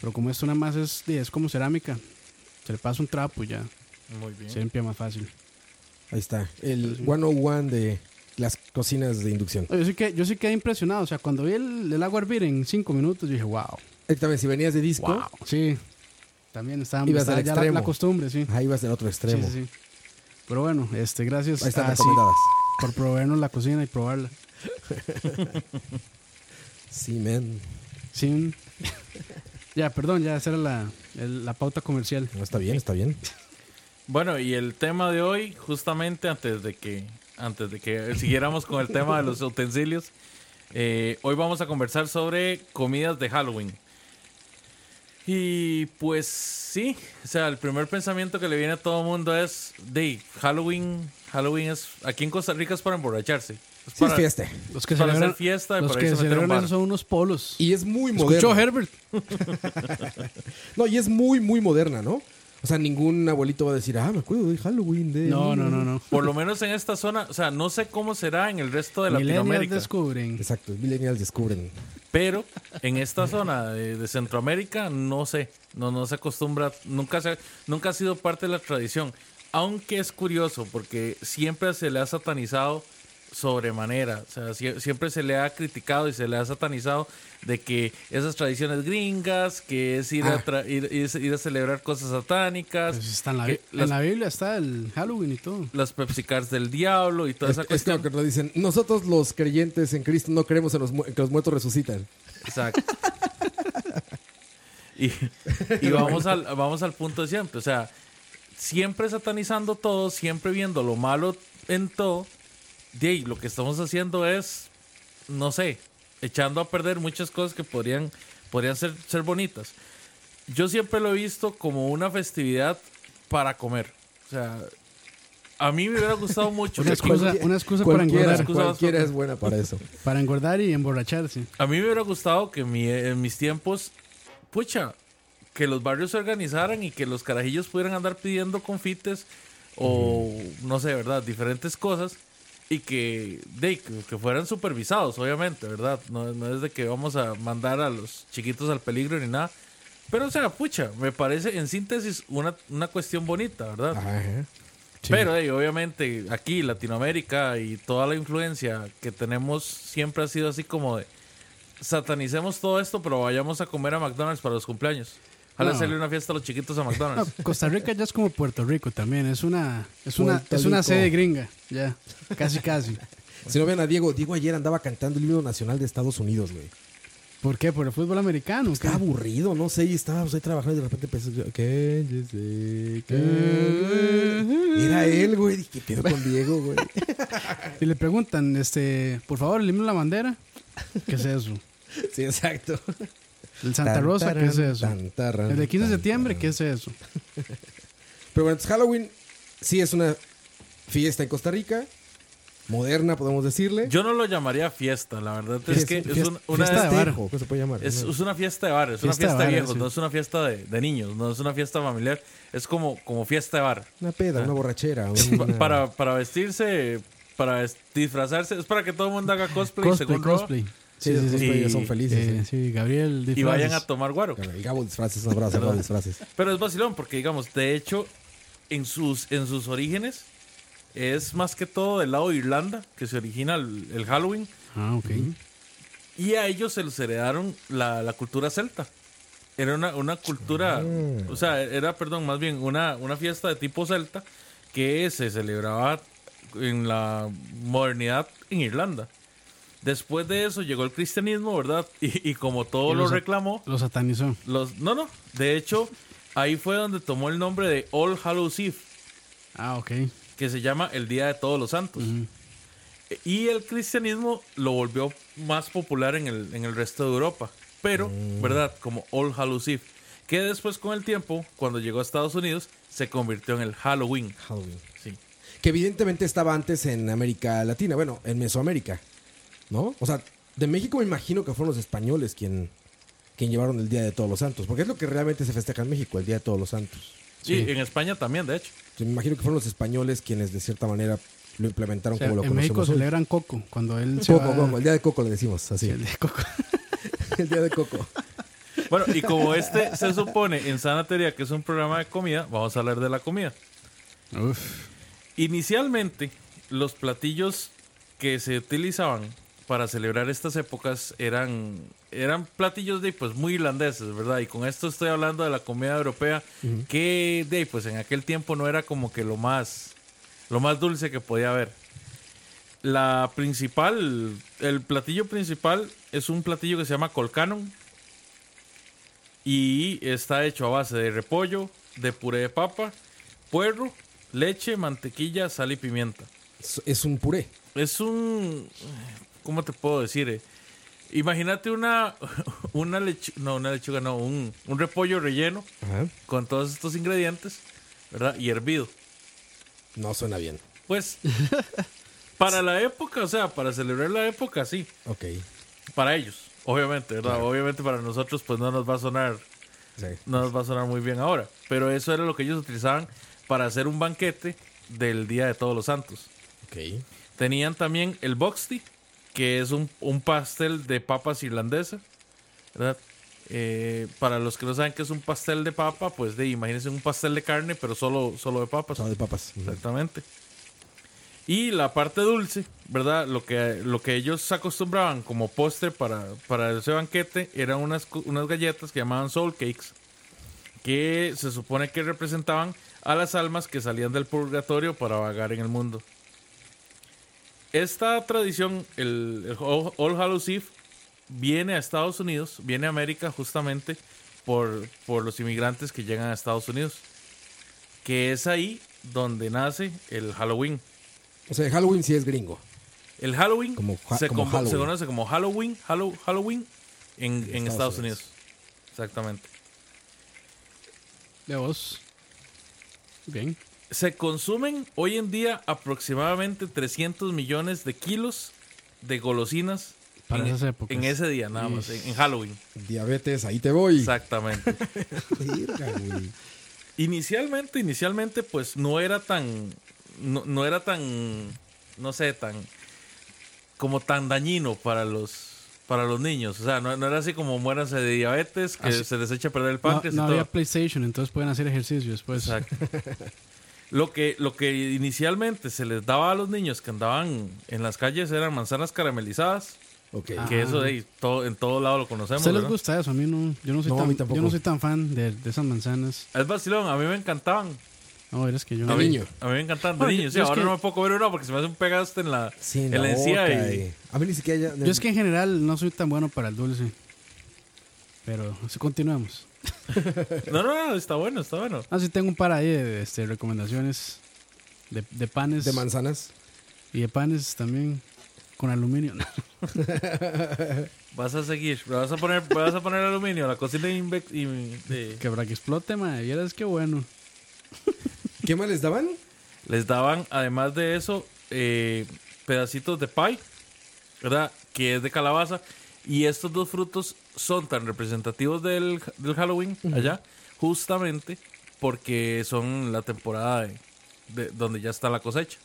Speaker 6: Pero como esto nada más es, es como cerámica, se le pasa un trapo y ya
Speaker 4: Muy bien.
Speaker 6: se limpia más fácil.
Speaker 5: Ahí está. El 101 de las cocinas de inducción.
Speaker 6: No, Yo sí, que, yo sí quedé impresionado. O sea, cuando vi el, el agua hervir en cinco minutos, yo dije, wow.
Speaker 5: Ahí también, si venías de disco,
Speaker 6: Sí. También estaba,
Speaker 5: Ibas
Speaker 6: estaba
Speaker 5: al
Speaker 6: ya la- la,
Speaker 5: extremo.
Speaker 6: costumbre, sí.
Speaker 5: ahí vas del otro
Speaker 6: Sí,
Speaker 5: extremo.
Speaker 6: sí, sí. Pero bueno, este, gracias
Speaker 5: Ahí están
Speaker 6: a- sí,
Speaker 5: recomendadas.
Speaker 6: por proveernos la cocina y probarla.
Speaker 5: Sí, man.
Speaker 6: Sin... ya, perdón, ya esa era la, el- la pauta comercial.
Speaker 5: No, está bien, está bien.
Speaker 4: Bueno, y el tema de hoy, justamente antes de que, antes de que siguiéramos con el tema de los utensilios, eh, hoy vamos a conversar sobre comidas de Halloween. Y pues sí, o sea, el primer pensamiento que le viene a todo el mundo es de Halloween. Halloween es aquí en Costa Rica es para emborracharse. Es
Speaker 5: Sí,
Speaker 4: para-
Speaker 5: es fiesta.
Speaker 6: Los que
Speaker 4: Para hacer
Speaker 6: celebran,
Speaker 4: fiesta y
Speaker 6: los
Speaker 4: para irse
Speaker 6: que
Speaker 4: a meter a un
Speaker 6: celebran
Speaker 4: bar.
Speaker 6: eso son unos polos.
Speaker 5: Y es muy
Speaker 6: Escuchó
Speaker 5: moderna.
Speaker 6: Herbert.
Speaker 5: No, y es muy, muy moderna, ¿no? O sea, ningún abuelito va a decir, ah, me acuerdo de Halloween. De...
Speaker 6: No, no, no, no.
Speaker 4: Por lo menos en esta zona, o sea, no sé cómo será en el resto de
Speaker 6: Millennials
Speaker 4: Latinoamérica.
Speaker 6: descubren.
Speaker 5: Exacto, millennials descubren.
Speaker 4: Pero en esta zona de, de Centroamérica, no sé, no, no se acostumbra, nunca, se, nunca ha sido parte de la tradición. Aunque es curioso, porque siempre se le ha satanizado sobremanera, o sea, sie- siempre se le ha criticado y se le ha satanizado de que esas tradiciones gringas, que es ir, a,
Speaker 5: Ah.
Speaker 4: tra- ir, ir- ir a celebrar cosas satánicas,
Speaker 6: Pues está en, la,
Speaker 4: que
Speaker 6: Bi- en
Speaker 4: las,
Speaker 6: la Biblia está el Halloween y todo.
Speaker 4: las Pepsi Cards del diablo y toda
Speaker 5: Es,
Speaker 4: esa
Speaker 5: es
Speaker 4: cuestión.
Speaker 5: como que nos dicen, nosotros los creyentes en Cristo no creemos en los mu- que los muertos resucitan.
Speaker 4: Exacto. Y, y vamos, al, vamos al punto de siempre. O sea, siempre satanizando todo, siempre viendo lo malo en todo. De ahí, lo que estamos haciendo es, no sé, echando a perder muchas cosas que podrían, podrían ser, ser bonitas. Yo siempre lo he visto como una festividad para comer. O sea, a mí me hubiera gustado mucho.
Speaker 6: Una
Speaker 4: que aquí-
Speaker 6: excusa, una excusa para
Speaker 5: Cualquiera,
Speaker 6: engordar.
Speaker 5: cualquiera es buena para eso.
Speaker 6: Para engordar y emborracharse.
Speaker 4: A mí me hubiera gustado que mi- en mis tiempos, pucha, que los barrios se organizaran y que los carajillos pudieran andar pidiendo confites o no sé, ¿verdad? Diferentes cosas y que, de, que- que fueran supervisados, obviamente, ¿verdad? No, no es de que vamos a mandar a los chiquitos al peligro ni nada. Pero, o sea, pucha, me parece en síntesis una, una cuestión bonita, ¿verdad?
Speaker 5: Ajá.
Speaker 4: Pero hey, obviamente aquí Latinoamérica y toda la influencia que tenemos siempre ha sido así como de satanicemos todo esto, pero vayamos a comer a McDonald's para los cumpleaños. Ojalá
Speaker 6: No.
Speaker 4: hacerle una fiesta a los chiquitos a
Speaker 6: No, pues.
Speaker 4: McDonald's.
Speaker 6: Costa Rica ya es como Puerto Rico también. Es una, es una,
Speaker 5: Puerto
Speaker 6: es una
Speaker 5: Rico.
Speaker 6: sede gringa. Ya. Casi, casi.
Speaker 5: Si no ven a Diego, Diego ayer andaba cantando el himno nacional de Estados Unidos, güey.
Speaker 6: ¿Por qué? Por el fútbol americano.
Speaker 5: Estaba
Speaker 6: ¿qué?
Speaker 5: aburrido, no sé, y estaba pues, ahí trabajando y de repente pensé, yo, ¿qué? Yo sé, ¿qué? Era él, güey. Dije, ¿Qué pedo con Diego, güey?
Speaker 6: Y le preguntan, este, por favor, el himno de la bandera. ¿Qué es eso?
Speaker 5: Sí, exacto.
Speaker 6: El Santa
Speaker 5: Tan,
Speaker 6: Rosa, ¿qué
Speaker 5: taran,
Speaker 6: es eso?
Speaker 5: tan, taran,
Speaker 6: El de 15 de
Speaker 5: tan,
Speaker 6: septiembre, ¿qué es eso?
Speaker 5: Pero bueno, entonces Halloween sí es una fiesta en Costa Rica. Moderna, podemos decirle.
Speaker 4: Yo no lo llamaría fiesta, la verdad es que es
Speaker 5: Fiesta-
Speaker 4: un- una
Speaker 5: fiesta de
Speaker 6: bar.
Speaker 5: barco, ¿cómo se puede llamar?
Speaker 4: Es, es una fiesta de bar, es una
Speaker 6: Fiesta de
Speaker 4: fiesta de
Speaker 6: bar,
Speaker 4: viejos,
Speaker 6: sí.
Speaker 4: no es una fiesta de, de niños, no es una fiesta familiar, es como, como fiesta de bar.
Speaker 5: Una peda, una borrachera.
Speaker 4: Pa-
Speaker 5: una-
Speaker 4: Para, para vestirse, para ves- disfrazarse, es para que todo el mundo haga cosplay,
Speaker 6: Cosplay,
Speaker 4: según Roa,
Speaker 6: cosplay.
Speaker 4: sí,
Speaker 5: Sí, esos
Speaker 4: sí.
Speaker 5: güeyes son felices.
Speaker 6: Eh,
Speaker 5: sí.
Speaker 6: sí, Gabriel.
Speaker 4: y vayan a tomar guaro.
Speaker 5: El Gabo disfraces, un abrazo, Gabo disfraces.
Speaker 4: Pero es vacilón, porque digamos, de hecho, en sus, en sus orígenes, es más que todo del lado de Irlanda, que se origina el, el Halloween,
Speaker 6: Ah, ok.
Speaker 4: y a ellos se les heredaron la, la cultura celta. Era una, una cultura,
Speaker 6: Mm.
Speaker 4: o sea, era, perdón, más bien una, una fiesta de tipo celta que se celebraba en la modernidad en Irlanda. Después de eso llegó el cristianismo, ¿verdad? Y, y como todo
Speaker 6: Y
Speaker 4: lo
Speaker 6: los-
Speaker 4: reclamó,
Speaker 6: Lo satanizó.
Speaker 4: los, no, no. De hecho, ahí fue donde tomó el nombre de All Hallows Eve,
Speaker 6: Ah, ok.
Speaker 4: que se llama el Día de Todos los Santos. Y el cristianismo lo volvió más popular en el, en el resto de Europa. Pero, ¿verdad? Como All Hallows Eve. Que después, con el tiempo, cuando llegó a Estados Unidos, se convirtió en el Halloween.
Speaker 5: Halloween.
Speaker 4: Sí.
Speaker 5: Que evidentemente estaba antes en América Latina, bueno, en Mesoamérica, ¿no? O sea, de México me imagino que fueron los españoles quien, quien llevaron el Día de Todos los Santos, porque es lo que realmente se festeja en México, el Día de Todos los Santos.
Speaker 4: Sí, en España también, de hecho.
Speaker 5: Yo me imagino que fueron los españoles quienes de cierta manera lo implementaron
Speaker 6: O sea,
Speaker 5: como lo
Speaker 6: en México
Speaker 5: conocemos. hoy.
Speaker 6: celebran Coco. Cuando él se
Speaker 5: Coco,
Speaker 6: va-
Speaker 5: Coco, el Día de Coco le decimos, así.
Speaker 6: el de Coco.
Speaker 5: el Día de Coco.
Speaker 4: Bueno, y como este se supone en Sanatería, que es un programa de comida, vamos a hablar de la comida.
Speaker 6: Uf.
Speaker 4: Inicialmente, los platillos que se utilizaban para celebrar estas épocas eran, eran platillos de pues muy irlandeses, ¿verdad? Y con esto estoy hablando de la comida europea, que de pues en aquel tiempo no era como que lo más lo más dulce que podía haber. La principal, el platillo principal es un platillo que se llama colcanon y está hecho a base de repollo, de puré de papa, puerro, leche, mantequilla, sal y pimienta.
Speaker 5: Es- Es un puré.
Speaker 4: Es un. ¿Cómo te puedo decir? eh? Imagínate una, una lechuga, no, una lechuga, no, un, un repollo relleno con todos estos ingredientes, ¿verdad? Y hervido.
Speaker 5: No suena bien.
Speaker 4: Pues, para la época, o sea, para celebrar la época, sí.
Speaker 5: Ok.
Speaker 4: Para ellos, obviamente, ¿verdad? Obviamente para nosotros, pues no nos va a sonar,
Speaker 5: Sí.
Speaker 4: no nos va a sonar muy bien ahora. Pero eso era lo que ellos utilizaban para hacer un banquete del Día de Todos los Santos.
Speaker 5: Ok.
Speaker 4: Tenían también el Boxty, que es un, un pastel de papas irlandesa. ¿verdad? Eh, para los que no saben qué es un pastel de papa, pues de, imagínense un pastel de carne, pero solo, solo de papas.
Speaker 5: Pasado de papas.
Speaker 4: Exactamente. Y la parte dulce, ¿verdad? Lo que, lo que ellos acostumbraban como postre para, para ese banquete eran unas, cu- unas galletas que llamaban soul cakes, que se supone que representaban a las almas que salían del purgatorio para vagar en el mundo. Esta tradición, el, el All All Hallows Eve, viene a Estados Unidos, viene a América justamente por, por los inmigrantes que llegan a Estados Unidos que es ahí donde nace el Halloween.
Speaker 5: O sea, Halloween sí es gringo.
Speaker 4: El Halloween
Speaker 5: Como ja-
Speaker 4: se,
Speaker 5: como
Speaker 4: convo-
Speaker 5: Halloween.
Speaker 4: se conoce como Halloween, Hallow- Halloween en, en Estados, Unidos. Exactamente.
Speaker 6: De vos. Bien.
Speaker 4: Se consumen hoy en día aproximadamente 300 millones de kilos de golosinas
Speaker 6: Para
Speaker 4: en, e-
Speaker 6: esas épocas.
Speaker 4: en ese día, nada más, en, en Halloween.
Speaker 5: Diabetes, ahí te voy.
Speaker 4: Exactamente.
Speaker 5: Verga, güey.
Speaker 4: Inicialmente, inicialmente, pues no era tan. No, no era tan. No sé, tan. Como tan dañino para los. Para los niños. O sea, no, no era así como muéranse de diabetes, que se les echa a perder el
Speaker 6: No,
Speaker 4: páncreas
Speaker 6: no
Speaker 4: y todo.
Speaker 6: había PlayStation, entonces pueden hacer ejercicio después.
Speaker 4: Exacto. Lo que, lo que inicialmente se les daba a los niños que andaban en las calles eran manzanas caramelizadas,
Speaker 5: Ok.
Speaker 4: que
Speaker 6: Ah.
Speaker 4: eso de ahí, todo, en todo lado lo
Speaker 6: ¿A
Speaker 4: conocemos.
Speaker 6: ustedes les
Speaker 4: ¿verdad?
Speaker 6: gusta eso? A mí no. Yo no soy,
Speaker 5: No, a
Speaker 6: tan,
Speaker 5: mí tampoco.
Speaker 6: yo no soy tan fan de, de esas manzanas.
Speaker 4: Es vacilón, a mí me encantaban.
Speaker 6: No, eres que yo.
Speaker 5: De niño.
Speaker 4: A mí me encantan de
Speaker 6: Bueno,
Speaker 4: niños.
Speaker 6: yo
Speaker 4: Sí,
Speaker 6: es
Speaker 4: ahora
Speaker 6: que-
Speaker 4: no me puedo comer uno porque se me hace un pegaste en la,
Speaker 5: Sí, en
Speaker 4: en la
Speaker 5: la
Speaker 4: encía.
Speaker 5: boca,
Speaker 4: y-
Speaker 5: eh. A mí ni siquiera ya-
Speaker 6: Yo es que en general no soy tan bueno para el dulce. Pero así continuamos.
Speaker 4: No, no, no, está bueno, está bueno.
Speaker 6: Ah, sí, tengo un par ahí de, de, este, recomendaciones de, de panes
Speaker 5: De manzanas.
Speaker 6: y de panes también con aluminio.
Speaker 4: Vas a seguir, pero vas a poner, vas a poner aluminio, la cocina inve- y, de-
Speaker 6: que para que explote, madre. Vieras que bueno.
Speaker 5: ¿Qué más les daban?
Speaker 4: Les daban, además de eso, eh, pedacitos de pie, ¿verdad? Que es de calabaza. Y estos dos frutos son tan representativos del, del Halloween allá, justamente porque son la temporada de- de donde ya está la cosecha.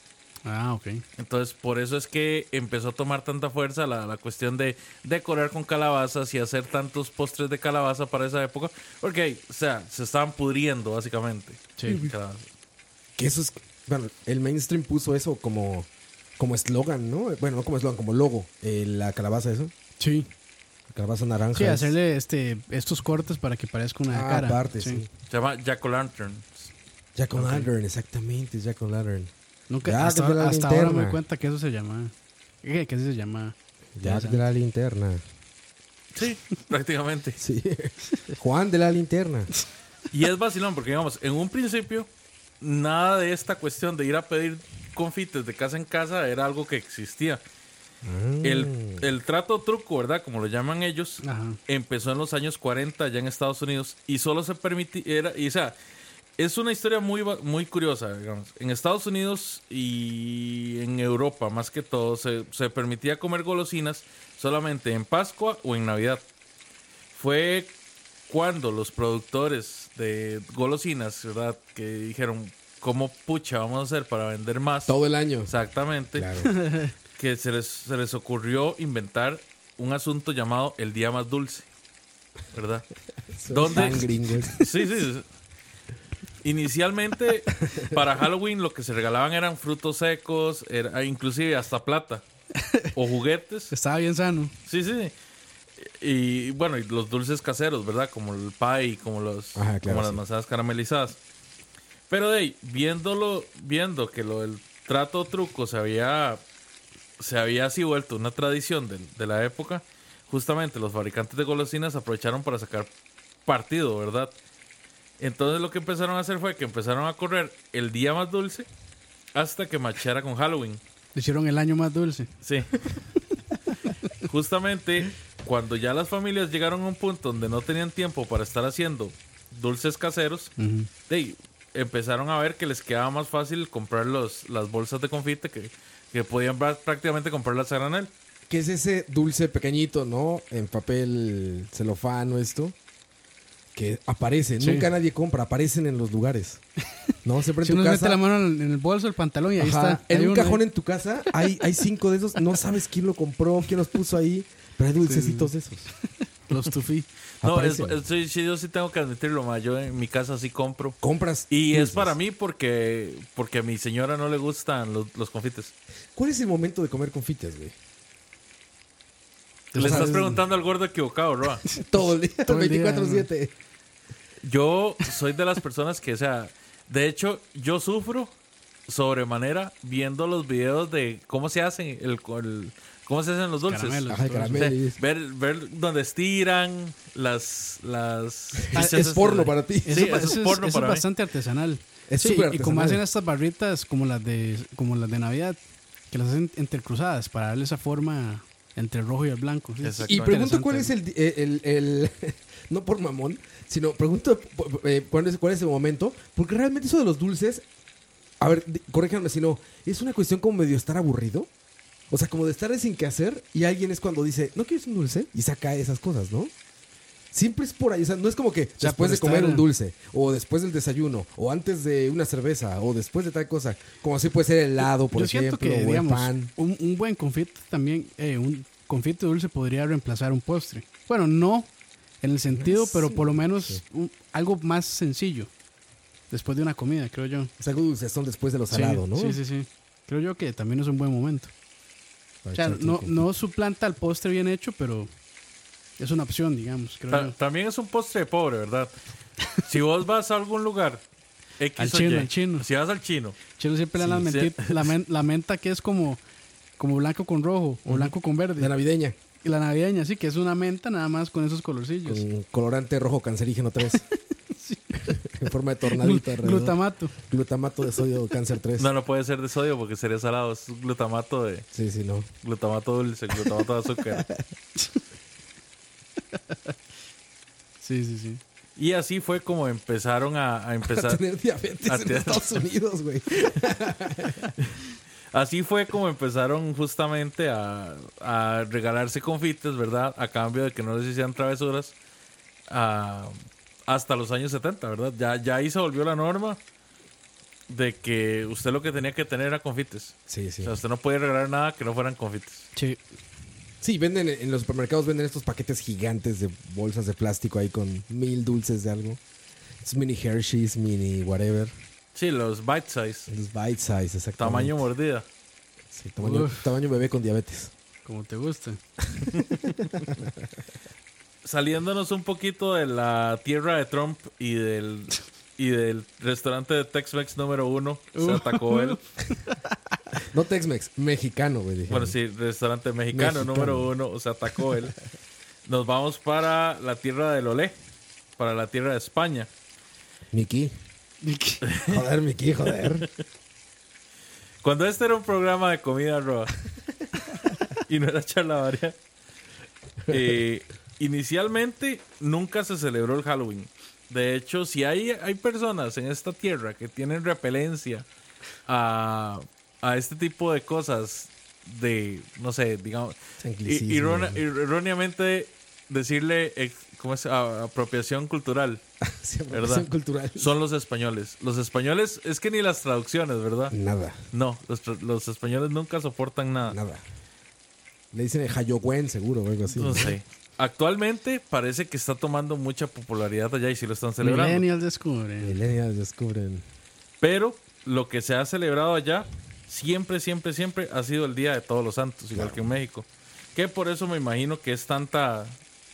Speaker 6: Ah, ok.
Speaker 4: Entonces, por eso es que empezó a tomar tanta fuerza la, la cuestión de decorar con calabazas y hacer tantos postres de calabaza para esa época. Porque, o sea, se estaban pudriendo, básicamente. Sí.
Speaker 5: Que eso es. Bueno, el mainstream puso eso como. Como eslogan, ¿no? Bueno, no como eslogan, como logo. Eh, la calabaza, eso.
Speaker 6: Sí.
Speaker 5: Calabaza naranja.
Speaker 6: Sí,
Speaker 5: es-
Speaker 6: hacerle este, estos cortes para que parezca una
Speaker 5: Ah,
Speaker 6: cara.
Speaker 5: aparte, sí.
Speaker 4: Se llama Jack O'Lantern.
Speaker 5: Jack O'Lantern, exactamente, Jack O'Lantern.
Speaker 6: Nunca,
Speaker 5: Jack
Speaker 6: hasta
Speaker 5: de la
Speaker 6: hasta ahora me
Speaker 5: linterna.
Speaker 6: doy cuenta que eso se llama. ¿Qué? Que así se llama.
Speaker 5: Jack de la linterna.
Speaker 4: Sí, prácticamente.
Speaker 5: Sí. Juan de la linterna.
Speaker 4: Y es vacilón, porque digamos, en un principio, nada de esta cuestión de ir a pedir confites de casa en casa era algo que existía. El, el trato truco, ¿verdad? Como lo llaman ellos,
Speaker 6: Ajá.
Speaker 4: empezó en los años 40 ya en Estados Unidos y solo se permitía, era, y, o sea, es una historia muy, va- muy curiosa, digamos. En Estados Unidos y en Europa, más que todo, se, se permitía comer golosinas solamente en Pascua o en Navidad. Fue cuando los productores de golosinas, ¿verdad? Que dijeron, ¿cómo pucha vamos a hacer para vender más?
Speaker 5: Todo el año.
Speaker 4: Exactamente
Speaker 5: Claro.
Speaker 4: que se les, se les ocurrió inventar un asunto llamado el día más dulce. ¿Verdad? ¿Dónde?
Speaker 5: Tan gringos.
Speaker 4: Sí, sí, sí. Inicialmente, para Halloween lo que se regalaban eran frutos secos, era, inclusive hasta plata. O juguetes.
Speaker 6: Estaba bien sano.
Speaker 4: Sí, sí. Y bueno, y los dulces caseros, ¿verdad? Como el pie, como los
Speaker 5: Ajá, claro,
Speaker 4: como las
Speaker 5: sí.
Speaker 4: manzanas caramelizadas. Pero de ahí, viéndolo, viendo que lo del trato truco se había se había así vuelto una tradición del- de, la época, justamente los fabricantes de golosinas aprovecharon para sacar partido, ¿verdad? Entonces lo que empezaron a hacer fue que empezaron a correr el día más dulce hasta que machara con Halloween.
Speaker 6: Le hicieron el año más dulce.
Speaker 4: Sí. Justamente cuando ya las familias llegaron a un punto donde no tenían tiempo para estar haciendo dulces caseros, de ahí, empezaron a ver que les quedaba más fácil comprar los, las bolsas de confite que, que podían pra- prácticamente comprarlas a granel.
Speaker 5: ¿Qué es ese dulce pequeñito, no? En papel celofano, esto. Que aparece.
Speaker 6: Sí.
Speaker 5: Nunca nadie compra. Aparecen en los lugares. No, siempre en
Speaker 6: Si
Speaker 5: tu
Speaker 6: uno
Speaker 5: casa.
Speaker 6: mete la mano en el en el bolso, el pantalón y ahí
Speaker 5: Ajá.
Speaker 6: está.
Speaker 5: En
Speaker 6: Hay
Speaker 5: un
Speaker 6: uno ¿eh? ahí.
Speaker 5: cajón en tu casa hay, hay cinco de esos. No sabes quién lo compró, quién los puso ahí. Pero hay dulcecitos de esos.
Speaker 6: Los tufí.
Speaker 4: No, es,
Speaker 5: Aparecen.
Speaker 4: es- sí, sí, yo sí tengo que admitirlo, ma, yo en mi casa sí compro.
Speaker 5: Compras.
Speaker 4: Y es
Speaker 5: dulces.
Speaker 4: para mí porque, porque a mi señora no le gustan los, los confites.
Speaker 5: ¿Cuál es el momento de comer confites, güey?
Speaker 4: Le estás
Speaker 5: sabes-
Speaker 4: preguntando al gordo equivocado, Roa.
Speaker 5: Todo el día,
Speaker 6: Todo el día,
Speaker 5: 24-7.
Speaker 4: Yo soy de las personas que, o sea, de hecho, yo sufro sobremanera viendo los videos de cómo se hacen el, el- cómo se hacen los dulces.
Speaker 6: Caramelos.
Speaker 5: Ajá,
Speaker 4: O sea,
Speaker 5: caramelo. y eso.
Speaker 4: ver, ver donde estiran las las
Speaker 5: es porno para ti.
Speaker 4: Sí,
Speaker 6: pa-
Speaker 4: eso es
Speaker 6: eso
Speaker 4: porno
Speaker 6: eso
Speaker 4: para mí.
Speaker 6: bastante artesanal.
Speaker 5: Es
Speaker 6: Sí,
Speaker 5: súper
Speaker 6: Y como
Speaker 5: artesanal.
Speaker 6: hacen estas barritas como las de como las de Navidad, que las hacen entrecruzadas para darle esa forma entre el rojo y el blanco. ¿sí?
Speaker 4: Exacto.
Speaker 5: Y pregunto cuál es el, di- eh, el, el- no por mamón, sino pregunto pu- eh, cuál es, cuál es el momento, porque realmente eso de los dulces, a ver, di- corríjanme si no, es una cuestión como medio estar aburrido, o sea, como de estar sin qué hacer y alguien es cuando dice, ¿no quieres un dulce? Y saca esas cosas, ¿no? Siempre es por ahí, o sea, no es como que
Speaker 6: sea,
Speaker 5: después
Speaker 6: por
Speaker 5: de comer
Speaker 6: estar-
Speaker 5: un dulce, o después del desayuno, o antes de una cerveza, o después de tal cosa, como así puede ser helado, por
Speaker 6: Yo siento
Speaker 5: ejemplo,
Speaker 6: que,
Speaker 5: o el
Speaker 6: digamos,
Speaker 5: pan.
Speaker 6: Un, un buen confit también, eh, un confite dulce podría reemplazar un postre. Bueno, no en el sentido, pero por lo menos un- algo más sencillo. Después de una comida, creo yo.
Speaker 5: O sea, algo dulce son después de los
Speaker 6: Sí,
Speaker 5: salado, ¿no?
Speaker 6: Sí, sí, sí. Creo yo que también es un buen momento.
Speaker 5: Para
Speaker 6: O sea,
Speaker 5: echarte un
Speaker 6: no,
Speaker 5: confit.
Speaker 6: no suplanta el postre bien hecho, pero es una opción, digamos, creo
Speaker 4: Ta-
Speaker 6: yo.
Speaker 4: también es un postre de pobre, ¿verdad? Si vos vas a algún lugar X
Speaker 6: Al
Speaker 4: o
Speaker 6: chino,
Speaker 4: Y,
Speaker 6: al chino.
Speaker 4: Si vas al chino,
Speaker 6: Chelo siempre le dan
Speaker 4: Sí,
Speaker 6: la, menti- la men- la menta que es como, como blanco con rojo o blanco con verde.
Speaker 5: La navideña.
Speaker 6: Y la navideña, sí, que es una menta nada más con esos colorcillos.
Speaker 5: Con colorante rojo cancerígeno 3. en forma de tornadita.
Speaker 6: Glu-
Speaker 5: alrededor.
Speaker 6: glutamato.
Speaker 5: Glutamato de sodio cáncer 3.
Speaker 4: No, no puede ser de sodio porque sería salado. Es glutamato de
Speaker 5: Sí, sí, no.
Speaker 4: glutamato dulce, glutamato de azúcar.
Speaker 6: Sí, sí, sí.
Speaker 4: Y así fue como empezaron a, a empezar.
Speaker 5: Tener diabetes
Speaker 4: a
Speaker 5: en
Speaker 4: tener-
Speaker 5: Estados Unidos, güey.
Speaker 4: Así fue como empezaron justamente a, a regalarse confites, ¿verdad? A cambio de que no les hicieran travesuras ah, hasta los años 70, ¿verdad? Ya, ya ahí se volvió la norma de que usted lo que tenía que tener era confites.
Speaker 5: Sí,
Speaker 4: O
Speaker 5: sí.
Speaker 4: sea, usted no podía regalar nada que no fueran confites.
Speaker 6: Sí.
Speaker 5: Sí, venden en los supermercados venden estos paquetes gigantes de bolsas de plástico ahí con mil dulces de algo. Es mini Hershey's, mini whatever.
Speaker 4: Sí, los bite size,
Speaker 5: Los bite size, exactamente.
Speaker 4: tamaño mordida.
Speaker 5: Sí, tamaño,
Speaker 6: Uf.
Speaker 5: tamaño bebé con diabetes.
Speaker 6: Como te gusta.
Speaker 4: Saliéndonos un poquito de la tierra de Trump y del, y del restaurante de Tex-Mex número uno, o sea, Taco Bell.
Speaker 5: No Tex-Mex, mexicano, güey. dije.
Speaker 4: Bueno, sí, restaurante mexicano,
Speaker 5: Mexicano.
Speaker 4: número uno, o sea, Taco Bell. Nos vamos para la tierra del Olé, para la tierra de España.
Speaker 5: Miki. Joder, Miki, joder.
Speaker 4: Cuando este era un programa de comida roja y no era charlavaria, eh, inicialmente nunca se celebró el Halloween. De hecho, si hay, hay personas en esta tierra que tienen repelencia a, a este tipo de cosas, de, no sé, digamos,
Speaker 5: Es anglicismo,
Speaker 4: i- irona-
Speaker 5: güey.
Speaker 4: ir- erróneamente decirle, ex- ¿cómo es? A- apropiación cultural,
Speaker 5: Sí,
Speaker 4: ¿verdad?
Speaker 5: apropiación cultural.
Speaker 4: Son los españoles. Los españoles, es que ni las traducciones, ¿verdad?
Speaker 5: Nada,
Speaker 4: No, los, tra- los españoles nunca soportan nada.
Speaker 5: nada. Le dicen el Hayoguen, seguro, o algo así.
Speaker 4: No sé. Actualmente parece que está tomando mucha popularidad allá y sí lo están celebrando.
Speaker 6: Millennial descubre.
Speaker 5: Millennials descubren.
Speaker 4: Pero lo que se ha celebrado allá siempre, siempre, siempre ha sido el Día de Todos los Santos, igual que en México. Que por eso me imagino que es tanta,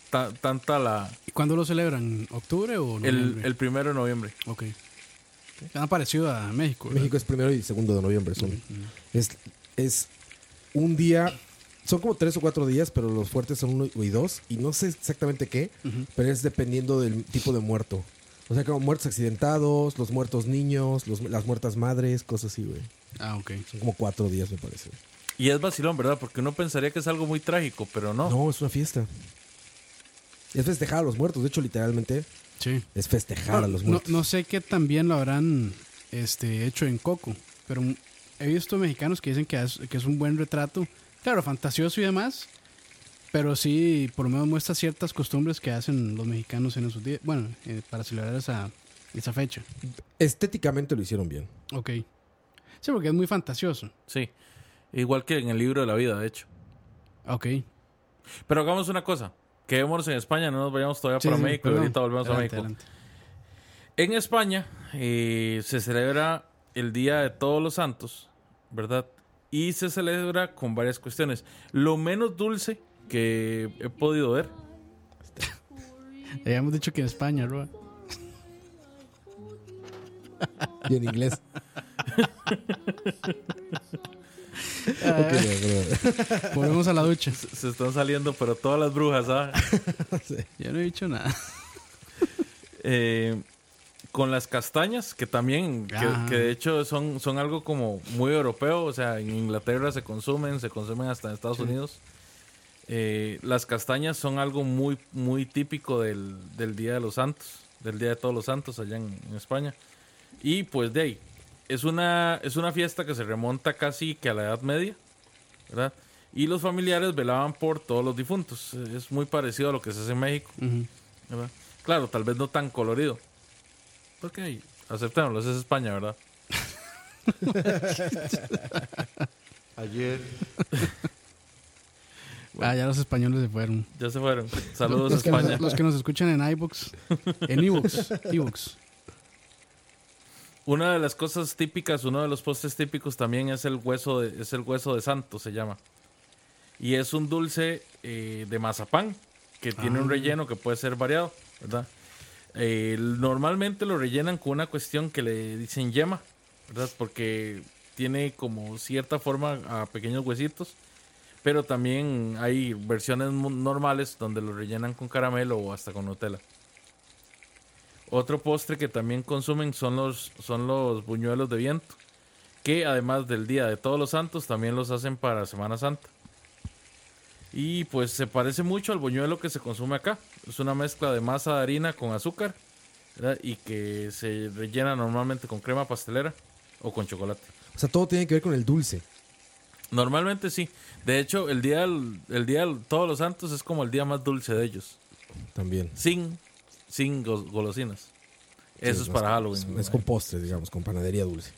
Speaker 4: ta- tanta la...
Speaker 6: ¿Y cuándo lo celebran? ¿Octubre o
Speaker 4: El,
Speaker 6: noviembre?
Speaker 4: el primero de noviembre.
Speaker 6: Ok. Han parecido a México. ¿verdad?
Speaker 5: México es primero y segundo de noviembre. Son, es, es un día. Son como tres o cuatro días, pero los fuertes son uno y dos. Y no sé exactamente qué, pero es dependiendo del tipo de muerto. O sea, como muertos accidentados, los muertos niños, los- las muertas madres, cosas así, güey.
Speaker 6: Ah, ok.
Speaker 5: Son como cuatro días, me parece.
Speaker 4: Y es vacilón, ¿verdad? Porque uno pensaría que es algo muy trágico, pero
Speaker 6: Oh.
Speaker 4: no.
Speaker 5: No, es una fiesta. Es festejar a los muertos. De hecho, literalmente,
Speaker 6: Sí.
Speaker 5: es festejar a los
Speaker 6: No,
Speaker 5: muertos.
Speaker 6: no sé qué también lo habrán este, hecho en Coco, pero he visto mexicanos que dicen que es, que es un buen retrato, claro, fantasioso y demás, pero sí, por lo menos muestra ciertas costumbres que hacen los mexicanos en esos días, bueno, eh, para celebrar esa, esa fecha.
Speaker 5: Estéticamente lo hicieron bien.
Speaker 6: Ok. Sí, porque es muy fantasioso.
Speaker 4: Sí. Igual que en el libro de la vida, de hecho.
Speaker 6: Ok.
Speaker 4: Pero hagamos una cosa. Quedémonos en España, no nos vayamos todavía
Speaker 6: Sí,
Speaker 4: para
Speaker 6: sí,
Speaker 4: México. y
Speaker 6: perdón.
Speaker 4: ahorita volvemos a
Speaker 6: Adelante,
Speaker 4: México.
Speaker 6: adelante.
Speaker 4: En España eh, se celebra el Día de Todos los Santos, ¿verdad? Y se celebra con varias cuestiones. Lo menos dulce que he podido ver.
Speaker 6: Habíamos dicho que en España, Roa.
Speaker 5: Y en inglés. Ok, bro.
Speaker 6: Ah. Volvemos a la ducha.
Speaker 4: Se- Se están saliendo, pero todas las brujas, ¿ah?
Speaker 6: Yo no he dicho nada.
Speaker 4: Eh, con las castañas, que también, que,
Speaker 6: Ajá.
Speaker 4: que de hecho son, son algo como muy europeo, o sea, en Inglaterra se consumen, se consumen hasta en Estados Unidos. Eh, las castañas son algo muy, muy típico del, del Día de los Santos, del Día de Todos los Santos allá en, en España. Y pues de ahí, es una, es una fiesta que se remonta casi que a la Edad Media, ¿verdad? Y los familiares velaban por todos los difuntos. Es muy parecido a lo que se hace en México.
Speaker 6: Ujú.
Speaker 4: ¿verdad? Claro, tal vez no tan colorido. Porque aceptémoslo, esa es España, ¿verdad?
Speaker 2: Ayer
Speaker 6: Ah, ya los españoles se fueron.
Speaker 4: Ya se fueron. Saludos
Speaker 6: los, que
Speaker 4: España.
Speaker 6: Nos, los que nos escuchan en iBox, en iBox, iBox.
Speaker 4: Una de las cosas típicas, uno de los postres típicos también es el hueso de, es el hueso de santo, se llama. Y es un dulce eh, de mazapán que tiene un relleno que puede ser variado, ¿verdad? Eh, normalmente lo rellenan con una cuestión que le dicen yema, ¿verdad? Porque tiene como cierta forma a pequeños huesitos. Pero también hay versiones mu- normales donde lo rellenan con caramelo o hasta con Nutella. Otro postre que también consumen son los, son los buñuelos de viento, que además del Día de Todos los Santos también los hacen para Semana Santa. Y pues se parece mucho al buñuelo que se consume acá. Es una mezcla de masa de harina con azúcar ¿verdad? y que se rellena normalmente con crema pastelera o con chocolate.
Speaker 5: O sea, todo tiene que ver con el dulce.
Speaker 4: Normalmente sí. De hecho, el día, del- el día de todos los santos es como el día más dulce de ellos.
Speaker 5: También.
Speaker 4: Sin, sin go- golosinas. Eso
Speaker 5: Sí,
Speaker 4: es
Speaker 5: más
Speaker 4: para
Speaker 5: con-
Speaker 4: Halloween.
Speaker 5: Es con postres, digamos, con panadería dulce.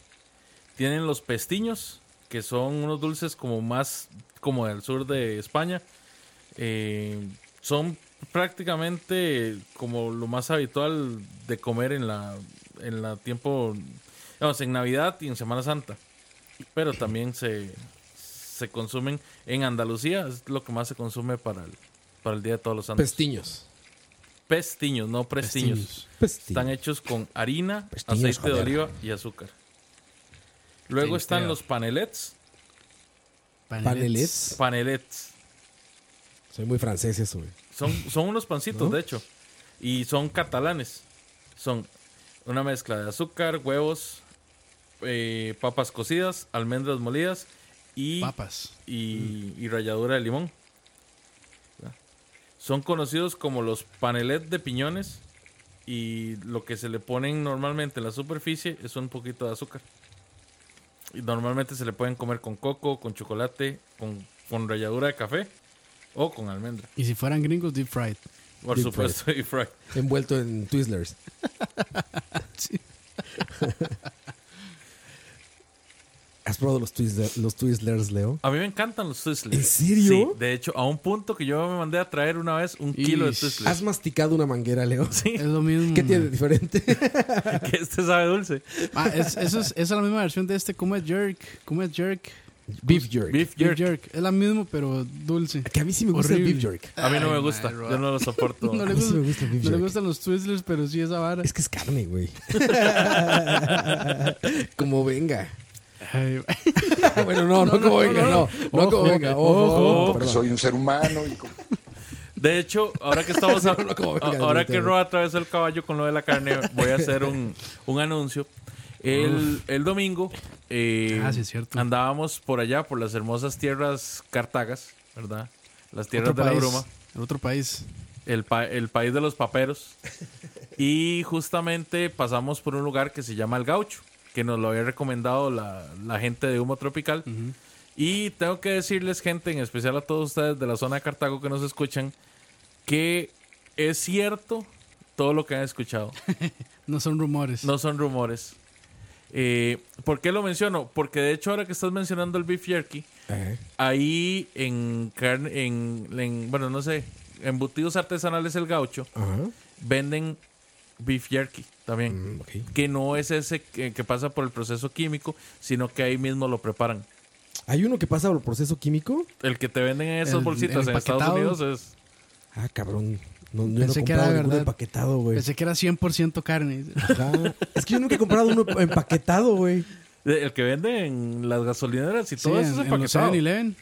Speaker 4: Tienen los pestiños, que son unos dulces como más, como del sur de España. Eh, son prácticamente como lo más habitual de comer en la, en la tiempo, digamos, en Navidad y en Semana Santa. Pero también se, se consumen en Andalucía, es lo que más se consume para el, para el Día de Todos los Santos.
Speaker 5: Pestiños.
Speaker 4: Pestiños, no prestiños.
Speaker 6: Pestiños.
Speaker 5: Pestiños.
Speaker 4: Están hechos con harina,
Speaker 5: Pestiños,
Speaker 4: aceite de
Speaker 5: joder.
Speaker 4: oliva y azúcar. Luego
Speaker 6: Sí,
Speaker 4: están
Speaker 6: creo.
Speaker 4: los panelets.
Speaker 5: Panelets.
Speaker 4: Panelets.
Speaker 5: Soy muy francés eso, güey.
Speaker 4: Son, son unos pancitos, de hecho. Y son catalanes. Son una mezcla de azúcar, huevos, eh, papas cocidas, almendras molidas y,
Speaker 6: Papas.
Speaker 4: y, y ralladura de limón. Son conocidos como los panelets de piñones. Y lo que se le ponen normalmente en la superficie es un poquito de azúcar. Y normalmente se le pueden comer con coco, con chocolate, con, con ralladura de café o con almendra.
Speaker 6: Y si fueran gringos, deep fried.
Speaker 4: Por
Speaker 5: Deep
Speaker 4: supuesto, deep fried.
Speaker 5: Envuelto en Twizzlers. ¿Has probado los, Twizzler- los Twizzlers, Leo?
Speaker 4: A mí me encantan los Twizzlers.
Speaker 5: ¿En serio?
Speaker 4: Sí, de hecho, a un punto que yo me mandé a traer una vez un kilo de
Speaker 6: Ish.
Speaker 4: Twizzlers.
Speaker 5: ¿Has masticado una manguera, Leo?
Speaker 4: Sí,
Speaker 6: Es lo mismo.
Speaker 5: ¿Qué tiene de diferente?
Speaker 4: que este sabe dulce.
Speaker 6: Ah, es, eso es, esa es la misma versión de este. ¿Cómo es jerk? ¿Cómo es jerk?
Speaker 5: beef jerky.
Speaker 4: Beef jerk.
Speaker 6: Beef jerk. Es la misma, pero dulce.
Speaker 5: Que a mí sí me gusta el
Speaker 6: Horrible.
Speaker 5: beef jerky.
Speaker 4: A mí no
Speaker 6: Ay,
Speaker 4: me gusta.
Speaker 6: madre,
Speaker 4: Yo no lo soporto.
Speaker 6: No
Speaker 5: A
Speaker 6: le,
Speaker 5: mí sí
Speaker 6: gusta-
Speaker 5: me gusta el beef
Speaker 6: no le
Speaker 5: jerky.
Speaker 6: gustan los Twizzlers, pero sí esa vara.
Speaker 5: Es que es carne, güey. como venga.
Speaker 6: Ay,
Speaker 5: bueno, no, no, como venga, no. No, como venga. Ojo,
Speaker 4: ojo,
Speaker 5: perdón.
Speaker 2: Soy un ser humano y como-
Speaker 4: De hecho, ahora que estamos
Speaker 5: No, no, como
Speaker 4: a-
Speaker 5: venga,
Speaker 4: ahora
Speaker 5: ahorita,
Speaker 4: que
Speaker 5: güey.
Speaker 4: Roa atravesó el caballo con lo de la carne, voy a hacer un, un anuncio. El, el domingo eh,
Speaker 6: Ah, sí, es cierto.
Speaker 4: andábamos por allá, por las hermosas tierras cartagas, ¿verdad? Las tierras
Speaker 6: otro
Speaker 4: de la
Speaker 6: país.
Speaker 4: bruma.
Speaker 6: El otro país.
Speaker 4: El, pa- el país de los paperos. Y justamente pasamos por un lugar que se llama El Gaucho, que nos lo había recomendado la, la gente de Humo Tropical. Y tengo que decirles, gente, en especial a todos ustedes de la zona de Cartago que nos escuchan, que es cierto todo lo que han escuchado.
Speaker 6: No son rumores.
Speaker 4: No son rumores. Eh, ¿Por qué lo menciono? Porque de hecho ahora que estás mencionando el beef jerky,
Speaker 5: Ajá.
Speaker 4: ahí en carne, en, en- bueno, no sé, embutidos artesanales el gaucho,
Speaker 5: Ajá.
Speaker 4: venden beef jerky también.
Speaker 5: Mm, ok.
Speaker 4: Que no es ese que, que pasa por el proceso químico, sino que ahí mismo lo preparan.
Speaker 5: ¿Hay uno que pasa por proceso químico?
Speaker 4: El que te venden en esas
Speaker 6: El-
Speaker 4: bolsitas
Speaker 6: el
Speaker 4: en Estados
Speaker 6: empaquetado.
Speaker 4: Unidos es.
Speaker 5: Ah, cabrón. No, yo no he
Speaker 6: Pensé que era
Speaker 5: comprado ninguno
Speaker 6: verdad.
Speaker 5: empaquetado, güey.
Speaker 6: Pensé que era 100% carne.
Speaker 5: Ajá. Es que yo nunca he comprado uno empaquetado, güey.
Speaker 4: El que venden en las gasolineras y
Speaker 6: Sí,
Speaker 4: todo eso es
Speaker 6: en, en los
Speaker 4: empaquetado.
Speaker 6: 7-Eleven.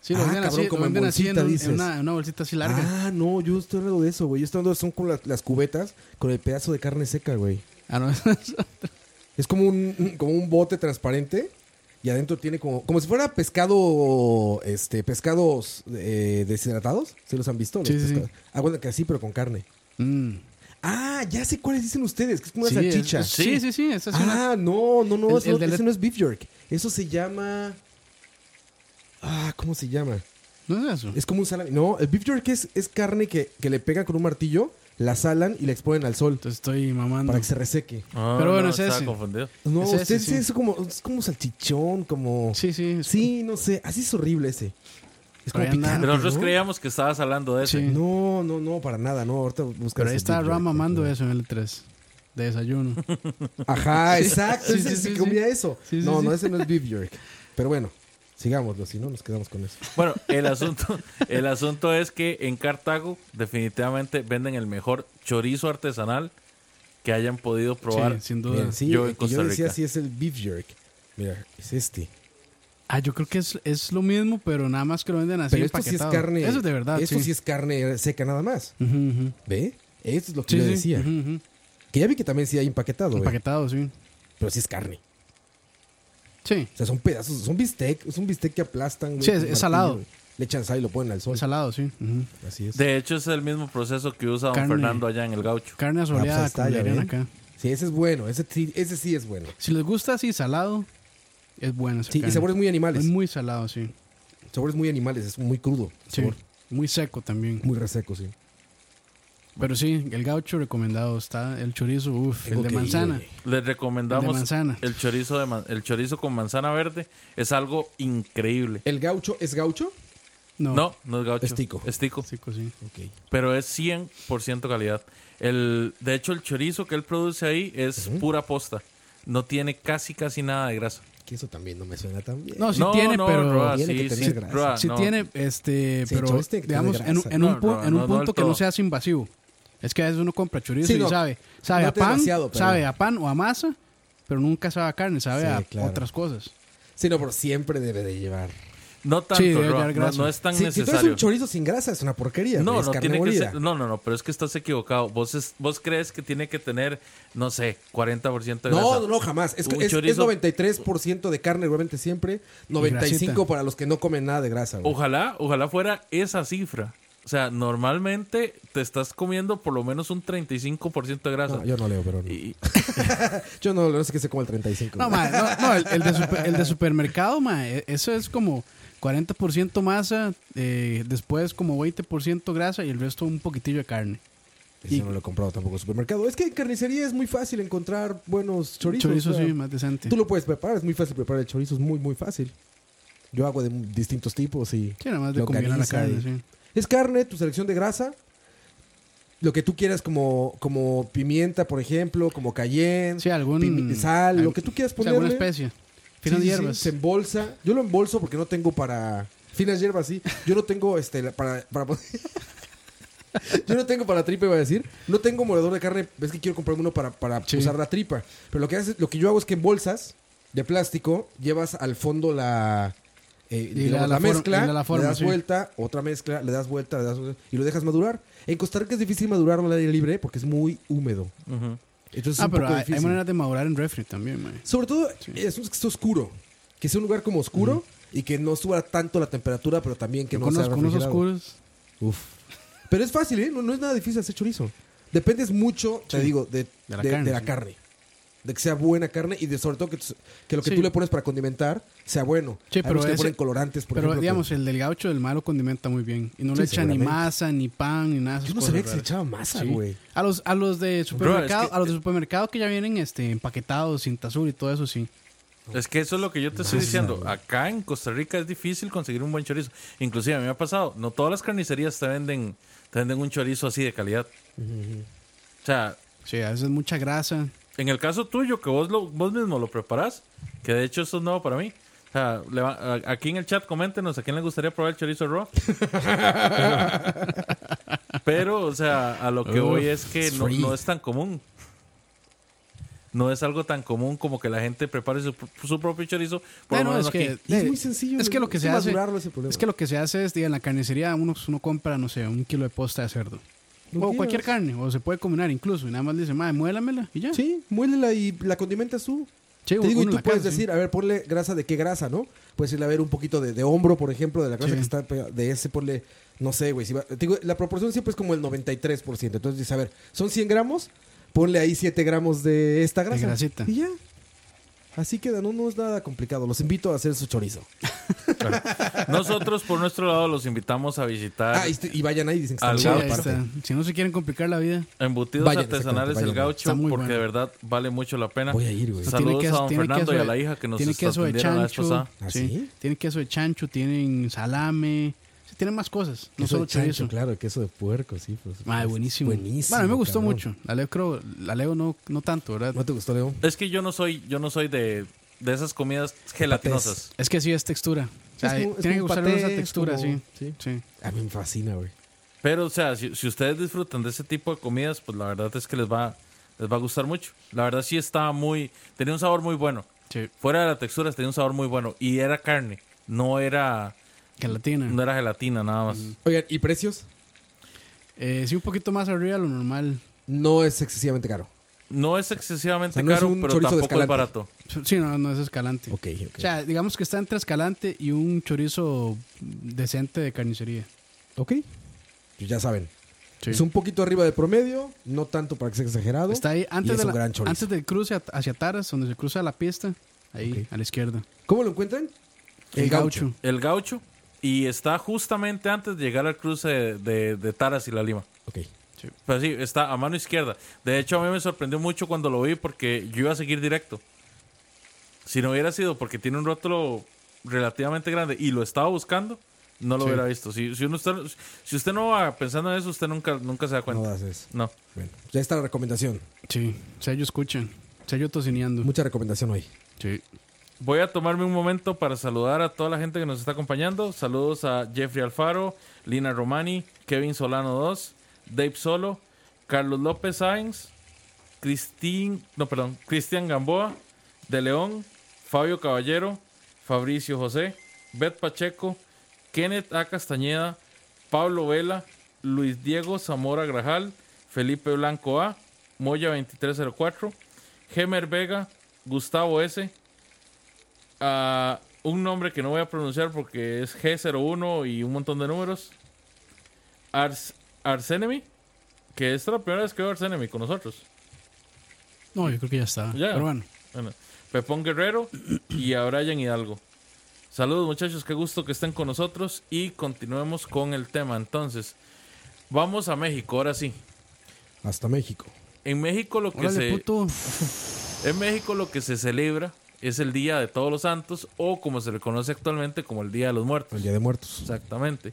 Speaker 6: Sí, lo
Speaker 5: Ah,
Speaker 6: venden
Speaker 5: cabrón,
Speaker 6: así,
Speaker 5: como
Speaker 6: lo
Speaker 5: en
Speaker 6: venden así en,
Speaker 5: bolsita,
Speaker 6: un- en
Speaker 5: dices.
Speaker 6: una, en una bolsita así larga. Ah,
Speaker 5: Ah, no, yo estoy hablando de eso, güey. Yo estoy hablando de son con la- las cubetas con el pedazo de carne seca, güey.
Speaker 6: Ah, no.
Speaker 5: Es como un, un- como un bote transparente y adentro tiene como como si fuera pescado este pescados eh, deshidratados, ¿se los han visto? Los
Speaker 6: Sí, sí, sí.
Speaker 5: pescados? Ah, bueno, que así pero con carne.
Speaker 6: Mm.
Speaker 5: Ah, ya sé cuáles dicen ustedes, que es como una
Speaker 6: Sí, es-
Speaker 5: salchicha.
Speaker 6: es- sí, sí, sí. esa es una-
Speaker 5: ah, no, no, no,
Speaker 6: El-
Speaker 5: eso,
Speaker 6: el
Speaker 5: no-
Speaker 6: de la-
Speaker 5: eso no es beef jerky. Eso se llama Ah, ¿cómo se llama?
Speaker 6: ¿No es eso?
Speaker 5: Es como un salami. No, el beef jerky es, es carne que, que le pegan con un martillo, la salan y la exponen al sol
Speaker 6: Entonces estoy mamando.
Speaker 5: para que se reseque.
Speaker 4: Ah,
Speaker 6: Pero bueno,
Speaker 4: no,
Speaker 6: es Ah,
Speaker 4: estaba
Speaker 6: ese.
Speaker 4: confundido.
Speaker 5: No,
Speaker 6: Es
Speaker 5: usted
Speaker 6: ese,
Speaker 5: ustedes
Speaker 6: sí.
Speaker 5: dicen eso como, es como salchichón, como...
Speaker 6: Sí, sí. es-
Speaker 5: Sí, no sé. Así es horrible ese. Es como
Speaker 6: Pero ahí anda-
Speaker 5: picante,
Speaker 4: Pero nosotros
Speaker 5: ¿no?
Speaker 4: creíamos que estabas hablando de eso.
Speaker 6: Sí.
Speaker 5: No, no, no, para nada. No, ahorita buscas
Speaker 6: Pero ahí
Speaker 5: el
Speaker 6: está
Speaker 5: Big
Speaker 6: Ram
Speaker 5: Mac,
Speaker 6: mamando eh.
Speaker 5: ¿no?
Speaker 6: eso en el 3. De desayuno.
Speaker 5: Ajá, exacto.
Speaker 6: Sí,
Speaker 5: ese
Speaker 6: sí,
Speaker 5: se
Speaker 6: sí,
Speaker 5: comía
Speaker 6: sí.
Speaker 5: eso.
Speaker 6: Sí, sí,
Speaker 5: no, no,
Speaker 6: sí.
Speaker 5: ese no es beef jerky. Pero bueno, sigámoslo. Si no, nos quedamos con eso.
Speaker 4: Bueno, el asunto, el asunto es que en Cartago definitivamente venden el mejor chorizo artesanal que hayan podido probar.
Speaker 6: Sí, sin duda.
Speaker 5: Miren, sí,
Speaker 4: Yo
Speaker 5: el
Speaker 4: en
Speaker 5: que yo
Speaker 4: Costa
Speaker 5: decía
Speaker 4: Rica.
Speaker 5: sí es el beef jerky. Mira, es este.
Speaker 6: Ah, yo creo que es, es lo mismo, pero nada más que lo venden así
Speaker 5: Pero esto sí es
Speaker 6: empaquetado.
Speaker 5: carne.
Speaker 6: Eso es de verdad,
Speaker 5: Esto sí. es carne seca nada más.
Speaker 6: Ujú, ujú.
Speaker 5: ¿Ve? Esto es lo que
Speaker 6: Sí,
Speaker 5: yo
Speaker 6: sí,
Speaker 5: decía.
Speaker 6: ujú, ujú.
Speaker 5: Que ya vi que también sí hay empaquetado, güey.
Speaker 6: Empaquetado, sí.
Speaker 5: Pero sí es carne.
Speaker 6: Sí,
Speaker 5: O sea, son pedazos, son bistec, es un bistec que aplastan. güey,
Speaker 6: Sí, es-
Speaker 5: con
Speaker 6: es
Speaker 5: martillo,
Speaker 6: salado.
Speaker 5: güey. Le echan sal y lo ponen al sol. Ah,
Speaker 6: salado, sí. ujú.
Speaker 5: Así es.
Speaker 4: De hecho, es el mismo proceso que usa don
Speaker 6: Carne.
Speaker 4: Fernando allá en el gaucho.
Speaker 6: Carne
Speaker 5: Ah, pues ahí
Speaker 6: asoleada,
Speaker 5: está,
Speaker 6: como le
Speaker 5: ya
Speaker 6: dirían
Speaker 5: ven.
Speaker 6: acá.
Speaker 5: Sí, ese es bueno, ese, sí- ese sí es bueno.
Speaker 6: Si les gusta así salado, es bueno.
Speaker 5: Sí, y sabores muy animales.
Speaker 6: Es muy salado, sí.
Speaker 5: Sabores muy animales, es muy crudo. el
Speaker 6: Sí.
Speaker 5: sabor.
Speaker 6: Muy seco también.
Speaker 5: Muy reseco, sí.
Speaker 6: Pero sí, el gaucho recomendado está el chorizo, uff,
Speaker 5: Tengo
Speaker 6: el de
Speaker 5: que ir,
Speaker 6: manzana.
Speaker 5: güey.
Speaker 4: Les recomendamos
Speaker 6: De manzana.
Speaker 4: el chorizo de man- el chorizo con manzana verde. Es algo increíble.
Speaker 5: ¿El gaucho es gaucho?
Speaker 6: no.
Speaker 4: No, no es gaucho.
Speaker 5: Es tico.
Speaker 4: Es tico.
Speaker 6: Sí, pues sí.
Speaker 5: Ok.
Speaker 4: Pero es 100% calidad. El, de hecho, el chorizo que él produce ahí es pura posta. No tiene casi, casi nada de grasa.
Speaker 5: Que eso también no me suena tan bien.
Speaker 6: No, sí tiene, pero.
Speaker 4: Roa,
Speaker 5: Tiene que
Speaker 4: sí,
Speaker 5: tener
Speaker 4: sí,
Speaker 5: grasa.
Speaker 4: Roa,
Speaker 6: sí
Speaker 4: no.
Speaker 6: tiene, este.
Speaker 5: Sí,
Speaker 6: pero,
Speaker 5: chorizo tiene que tener
Speaker 6: digamos, en,
Speaker 5: grasa.
Speaker 6: en un,
Speaker 4: No,
Speaker 6: pu-
Speaker 4: no,
Speaker 6: en un
Speaker 4: no, no
Speaker 6: punto
Speaker 4: del
Speaker 6: que no
Speaker 4: todo.
Speaker 6: seas invasivo. Es que a veces uno compra chorizo
Speaker 5: Sí,
Speaker 6: y
Speaker 5: no.
Speaker 6: sabe. Sabe
Speaker 5: No
Speaker 6: a pan,
Speaker 5: demasiado, pero-
Speaker 6: sabe a pan o a masa, pero nunca sabe a carne, sabe
Speaker 5: Sí,
Speaker 6: a
Speaker 5: claro.
Speaker 6: otras cosas.
Speaker 5: Sí, no, pero siempre debe de llevar.
Speaker 4: No tanto,
Speaker 6: Sí,
Speaker 4: Roa,
Speaker 6: debe llevar
Speaker 4: no,
Speaker 6: grasa.
Speaker 4: no es tan
Speaker 5: Si, si tú eres
Speaker 4: necesario.
Speaker 5: un chorizo sin grasa, es una porquería.
Speaker 4: no,
Speaker 5: güey, es
Speaker 4: no
Speaker 5: carne
Speaker 4: tiene que
Speaker 5: molida.
Speaker 4: ser- no, no, no, pero es que estás equivocado. Vos, es- vos crees que tiene que tener, no sé, 40% de grasa.
Speaker 5: No, no, no, jamás. Es,
Speaker 4: Un
Speaker 5: es- es
Speaker 4: chorizo-
Speaker 5: 93% de carne, obviamente siempre. 95%
Speaker 6: grasita.
Speaker 5: para los que no comen nada de grasa. güey.
Speaker 4: Ojalá, ojalá fuera esa cifra. O sea, normalmente te estás comiendo por lo menos un 35% de grasa.
Speaker 5: No, yo no leo, pero no.
Speaker 4: Y-
Speaker 5: Yo no, no sé qué se come el 35.
Speaker 6: No,
Speaker 5: güey.
Speaker 6: ma, no, no, el, el de super- el de supermercado, ma, e- eso es como 40% masa, eh, después como 20% grasa y el resto un poquitillo de carne.
Speaker 5: Eso no lo he comprado tampoco en el supermercado. Es que en carnicería es muy fácil encontrar buenos chorizos.
Speaker 6: Chorizo,
Speaker 5: o sea,
Speaker 6: sí, más decente.
Speaker 5: Tú lo puedes preparar, es muy fácil preparar el chorizo, es muy, muy fácil. Yo hago de m- distintos tipos y.
Speaker 6: Sí, nada más de combinar la
Speaker 5: longaniza
Speaker 6: carne,
Speaker 5: y-
Speaker 6: sí.
Speaker 5: Es carne, tu selección de grasa. Lo que tú quieras, como, como pimienta, por ejemplo, como cayenne,
Speaker 6: Sí, algún-
Speaker 5: pimi- sal, lo
Speaker 6: algún-
Speaker 5: que tú quieras
Speaker 6: O sea,
Speaker 5: ponerle.
Speaker 6: alguna especie. Finas
Speaker 5: Sí, sí, sí,
Speaker 6: hierbas.
Speaker 5: se embolsa. Yo lo embolso porque no tengo para. Finas hierbas, sí. Yo no tengo este la- para. para poder- Yo no tengo para tripa, iba a decir. No tengo moledor de carne. Es que quiero comprarme uno para, para
Speaker 6: Sí.
Speaker 5: usar la tripa. Pero lo que, haces, lo que yo hago es que en bolsas de plástico llevas al fondo la. eh, digamos,
Speaker 6: la
Speaker 5: la,
Speaker 6: for-
Speaker 5: mezcla,
Speaker 6: y la- la forma,
Speaker 5: le das
Speaker 6: sí.
Speaker 5: vuelta, otra mezcla, le das vuelta, le das vuelta, y lo dejas madurar. En Costa Rica es difícil madurarlo al aire libre porque es muy húmedo.
Speaker 4: Ujú.
Speaker 5: Entonces es
Speaker 6: ah,
Speaker 5: un
Speaker 6: pero
Speaker 5: poco
Speaker 6: hay, hay
Speaker 5: difícil.
Speaker 6: maneras de madurar en refri también, ma.
Speaker 5: Sobre todo es un que esté oscuro. Que sea un lugar como oscuro y que no suba tanto la temperatura, pero también que
Speaker 6: Yo
Speaker 5: no sea
Speaker 6: conozco unos
Speaker 5: refrigerado.
Speaker 6: oscuros.
Speaker 5: Uf. Pero es fácil, ¿eh? No, no es nada difícil hacer chorizo. Dependes mucho, te
Speaker 6: Sí.
Speaker 5: digo, de,
Speaker 6: De la
Speaker 5: de- de la, carne,
Speaker 6: carne,
Speaker 5: de
Speaker 6: sí.
Speaker 5: que sea buena carne y de sobre todo que, tus- que lo que
Speaker 6: Sí.
Speaker 5: tú le pones para condimentar sea bueno.
Speaker 6: Sí,
Speaker 5: Hay
Speaker 6: pero
Speaker 5: unos que le
Speaker 6: ese-
Speaker 5: ponen colorantes, por
Speaker 6: pero
Speaker 5: ejemplo,
Speaker 6: digamos,
Speaker 5: que-
Speaker 6: el del gaucho del malo condimenta muy bien. Y no
Speaker 5: Sí,
Speaker 6: le echa ni
Speaker 5: seguramente.
Speaker 6: masa, ni pan, ni nada. de esas
Speaker 5: Yo no
Speaker 6: cosas
Speaker 5: sabía que se
Speaker 6: raras.
Speaker 5: echaba masa,
Speaker 6: Sí.
Speaker 5: güey.
Speaker 6: A los, a los de supermercado,
Speaker 4: es que-
Speaker 6: a los de supermercado que ya vienen este empaquetados, cinta azul y todo eso, sí.
Speaker 4: Es que eso es lo que yo te estoy diciendo. Acá en Costa Rica es difícil conseguir un buen chorizo. Inclusive a mí me ha pasado, no todas las carnicerías te venden, te venden un chorizo así de calidad. O sea,
Speaker 6: Sí, a veces mucha grasa.
Speaker 4: en el caso tuyo, que vos, lo, vos mismo lo preparás, que de hecho eso es nuevo para mí. O sea, le va- a- aquí en el chat coméntenos a quién le gustaría probar el chorizo raw. Pero, o sea, a lo que voy es que no, no es tan común. No es algo tan común como que la gente prepare su, su propio chorizo. Por lo
Speaker 6: Bueno,
Speaker 4: menos
Speaker 6: es que
Speaker 4: aquí.
Speaker 5: Y es muy sencillo,
Speaker 6: Es que lo
Speaker 5: hay
Speaker 6: que
Speaker 5: que
Speaker 6: se hace
Speaker 5: madurarlo, ese problema.
Speaker 6: es que lo que se hace es, diga, en la carnicería uno, uno compra, no sé, un kilo de posta de cerdo.
Speaker 5: Lo
Speaker 6: o
Speaker 5: que
Speaker 6: cualquier
Speaker 5: quieras.
Speaker 6: carne, o se puede combinar incluso. Y nada más le dice, madre, muélamela y ya.
Speaker 5: Sí, muélela y la condimentas tú.
Speaker 6: Sí,
Speaker 5: Te digo, y
Speaker 6: uno
Speaker 5: tú
Speaker 6: la
Speaker 5: puedes
Speaker 6: casa, sí.
Speaker 5: decir, a ver, ponle grasa de qué grasa, ¿no? Puedes irle a ver un poquito de, de hombro, por ejemplo, de la grasa
Speaker 6: Sí.
Speaker 5: que está pega- de ese, ponle, no sé, güey. si va- te digo, la proporción siempre es como el 93%. Entonces dices, a ver, son 100 gramos, ponle ahí 7 gramos de esta grasa.
Speaker 6: grasita.
Speaker 5: Y ya. Así queda, no, no es nada complicado. Los invito a hacer su chorizo.
Speaker 4: Nosotros, por nuestro lado, los invitamos a visitar
Speaker 5: Ah, y, este- y vayan ahí, dicen que
Speaker 4: Al
Speaker 5: están
Speaker 6: Sí,
Speaker 5: chidos,
Speaker 6: ahí
Speaker 5: aparte.
Speaker 6: está. Si no se quieren complicar la vida,
Speaker 4: Embutidos
Speaker 5: Vayan,
Speaker 4: Artesanales
Speaker 5: exactamente,
Speaker 4: El
Speaker 5: vayan.
Speaker 4: Gaucho,
Speaker 6: Está muy
Speaker 4: porque
Speaker 6: bueno.
Speaker 4: de verdad vale mucho la pena.
Speaker 5: Voy a ir,
Speaker 6: O
Speaker 5: güey.
Speaker 6: sea,
Speaker 4: Saludos
Speaker 6: tiene queso-
Speaker 4: a don
Speaker 6: tiene
Speaker 4: Fernando y
Speaker 6: queso
Speaker 4: a
Speaker 6: de-
Speaker 4: la hija que nos
Speaker 6: tiene queso de
Speaker 4: atendieron la vez
Speaker 6: chancho,
Speaker 4: pasada.
Speaker 5: ¿Ah,
Speaker 6: sí.
Speaker 5: sí?
Speaker 6: Tienen queso de chancho, tienen salame, sí, tienen más cosas, no
Speaker 5: Queso
Speaker 6: solo
Speaker 5: de chancho,
Speaker 6: chorizo.
Speaker 5: claro, el queso de puerco, sí. por supuesto.
Speaker 6: Madre, buenísimo.
Speaker 5: Buenísimo.
Speaker 6: Bueno, a mí me gustó
Speaker 5: cabrón.
Speaker 6: mucho. La Leo creo, la Leo no, no tanto, ¿verdad?
Speaker 5: ¿No te gustó, León?
Speaker 4: Es que yo no soy, yo no soy de, de esas comidas gelatinosas.
Speaker 6: Es que sí es textura. O sea,
Speaker 5: Es como- es
Speaker 6: tiene que
Speaker 5: como un
Speaker 6: gustarle esa
Speaker 5: paté, es
Speaker 6: textura,
Speaker 5: como-
Speaker 6: sí.
Speaker 5: sí.
Speaker 6: sí.
Speaker 5: A mí me fascina, güey.
Speaker 4: Pero, o sea, si, si ustedes disfrutan de ese tipo de comidas, pues la verdad es que les va, les va a gustar mucho. La verdad sí estaba muy, tenía un sabor muy bueno.
Speaker 6: Sí.
Speaker 4: Fuera de la textura tenía un sabor muy bueno. Y era carne. No era,
Speaker 6: Gelatina.
Speaker 4: no era gelatina nada más.
Speaker 5: Oigan, ¿y precios?
Speaker 6: Eh, sí, un poquito más arriba de lo normal.
Speaker 5: No es excesivamente caro.
Speaker 4: No es excesivamente
Speaker 5: O sea, no es
Speaker 4: caro,
Speaker 5: un
Speaker 4: pero
Speaker 5: chorizo de
Speaker 4: tampoco es
Speaker 5: Escalante.
Speaker 4: barato.
Speaker 6: Sí, no, no es escalante.
Speaker 5: Ok, ok.
Speaker 6: O sea, digamos que está entre escalante y un chorizo decente de carnicería.
Speaker 5: Ok. Pues ya saben.
Speaker 6: Sí.
Speaker 5: Es un poquito arriba del promedio, no tanto para que sea exagerado.
Speaker 6: Está ahí
Speaker 5: y
Speaker 6: antes,
Speaker 5: es
Speaker 6: de
Speaker 5: un
Speaker 6: la-
Speaker 5: gran chorizo.
Speaker 6: antes del cruce at- hacia Taras, donde se cruza la pista, ahí
Speaker 5: Ok.
Speaker 6: a la izquierda.
Speaker 5: ¿Cómo lo encuentran?
Speaker 4: El gaucho. Y está justamente antes de llegar al cruce de, de- de Taras y La Lima.
Speaker 5: Ok.
Speaker 4: Pero sí, está a mano izquierda. De hecho, a mí me sorprendió mucho cuando lo vi porque yo iba a seguir directo. Si no hubiera sido porque tiene un rótulo relativamente grande y lo estaba buscando, no lo
Speaker 6: Sí.
Speaker 4: hubiera visto. Si, si, uno está- si usted no va pensando en eso, usted nunca, nunca se da
Speaker 5: No
Speaker 4: cuenta.
Speaker 5: das eso.
Speaker 4: No.
Speaker 5: Bueno, ya está la recomendación.
Speaker 6: Sí, sello escuchan. Sello tocineando.
Speaker 5: Mucha recomendación hoy.
Speaker 6: Sí.
Speaker 4: Voy a tomarme un momento para saludar a toda la gente que nos está acompañando. Saludos a Jeffrey Alfaro, Lina Romani, Kevin Solano 2, Dave Solo, Carlos López Sáenz, Cristín, no, perdón, Cristian Gamboa, De León, Fabio Caballero, Fabricio José, Beth Pacheco, Kenneth A. Castañeda, Pablo Vela, Luis Diego Zamora Grajal, Felipe Blanco A, Moya 2304, Gemer Vega, Gustavo S., a Ah, un nombre que no voy a pronunciar porque es G01 y un montón de números. Ars- Arsenemy, que esta es la primera vez que veo Arsenemy con nosotros.
Speaker 6: No, yo creo que ya está.
Speaker 4: Ya.
Speaker 6: Pero bueno,
Speaker 4: Bueno, Pepón Guerrero y a Brian Hidalgo. Saludos muchachos, qué gusto que estén con nosotros y continuemos con el tema. Entonces, vamos a México, ahora sí.
Speaker 5: Hasta México.
Speaker 4: En México lo que se...
Speaker 6: órale, puto.
Speaker 4: En México lo que se celebra es el Día de Todos los Santos o como se le conoce actualmente como el Día de los Muertos.
Speaker 5: El Día de Muertos.
Speaker 4: Exactamente.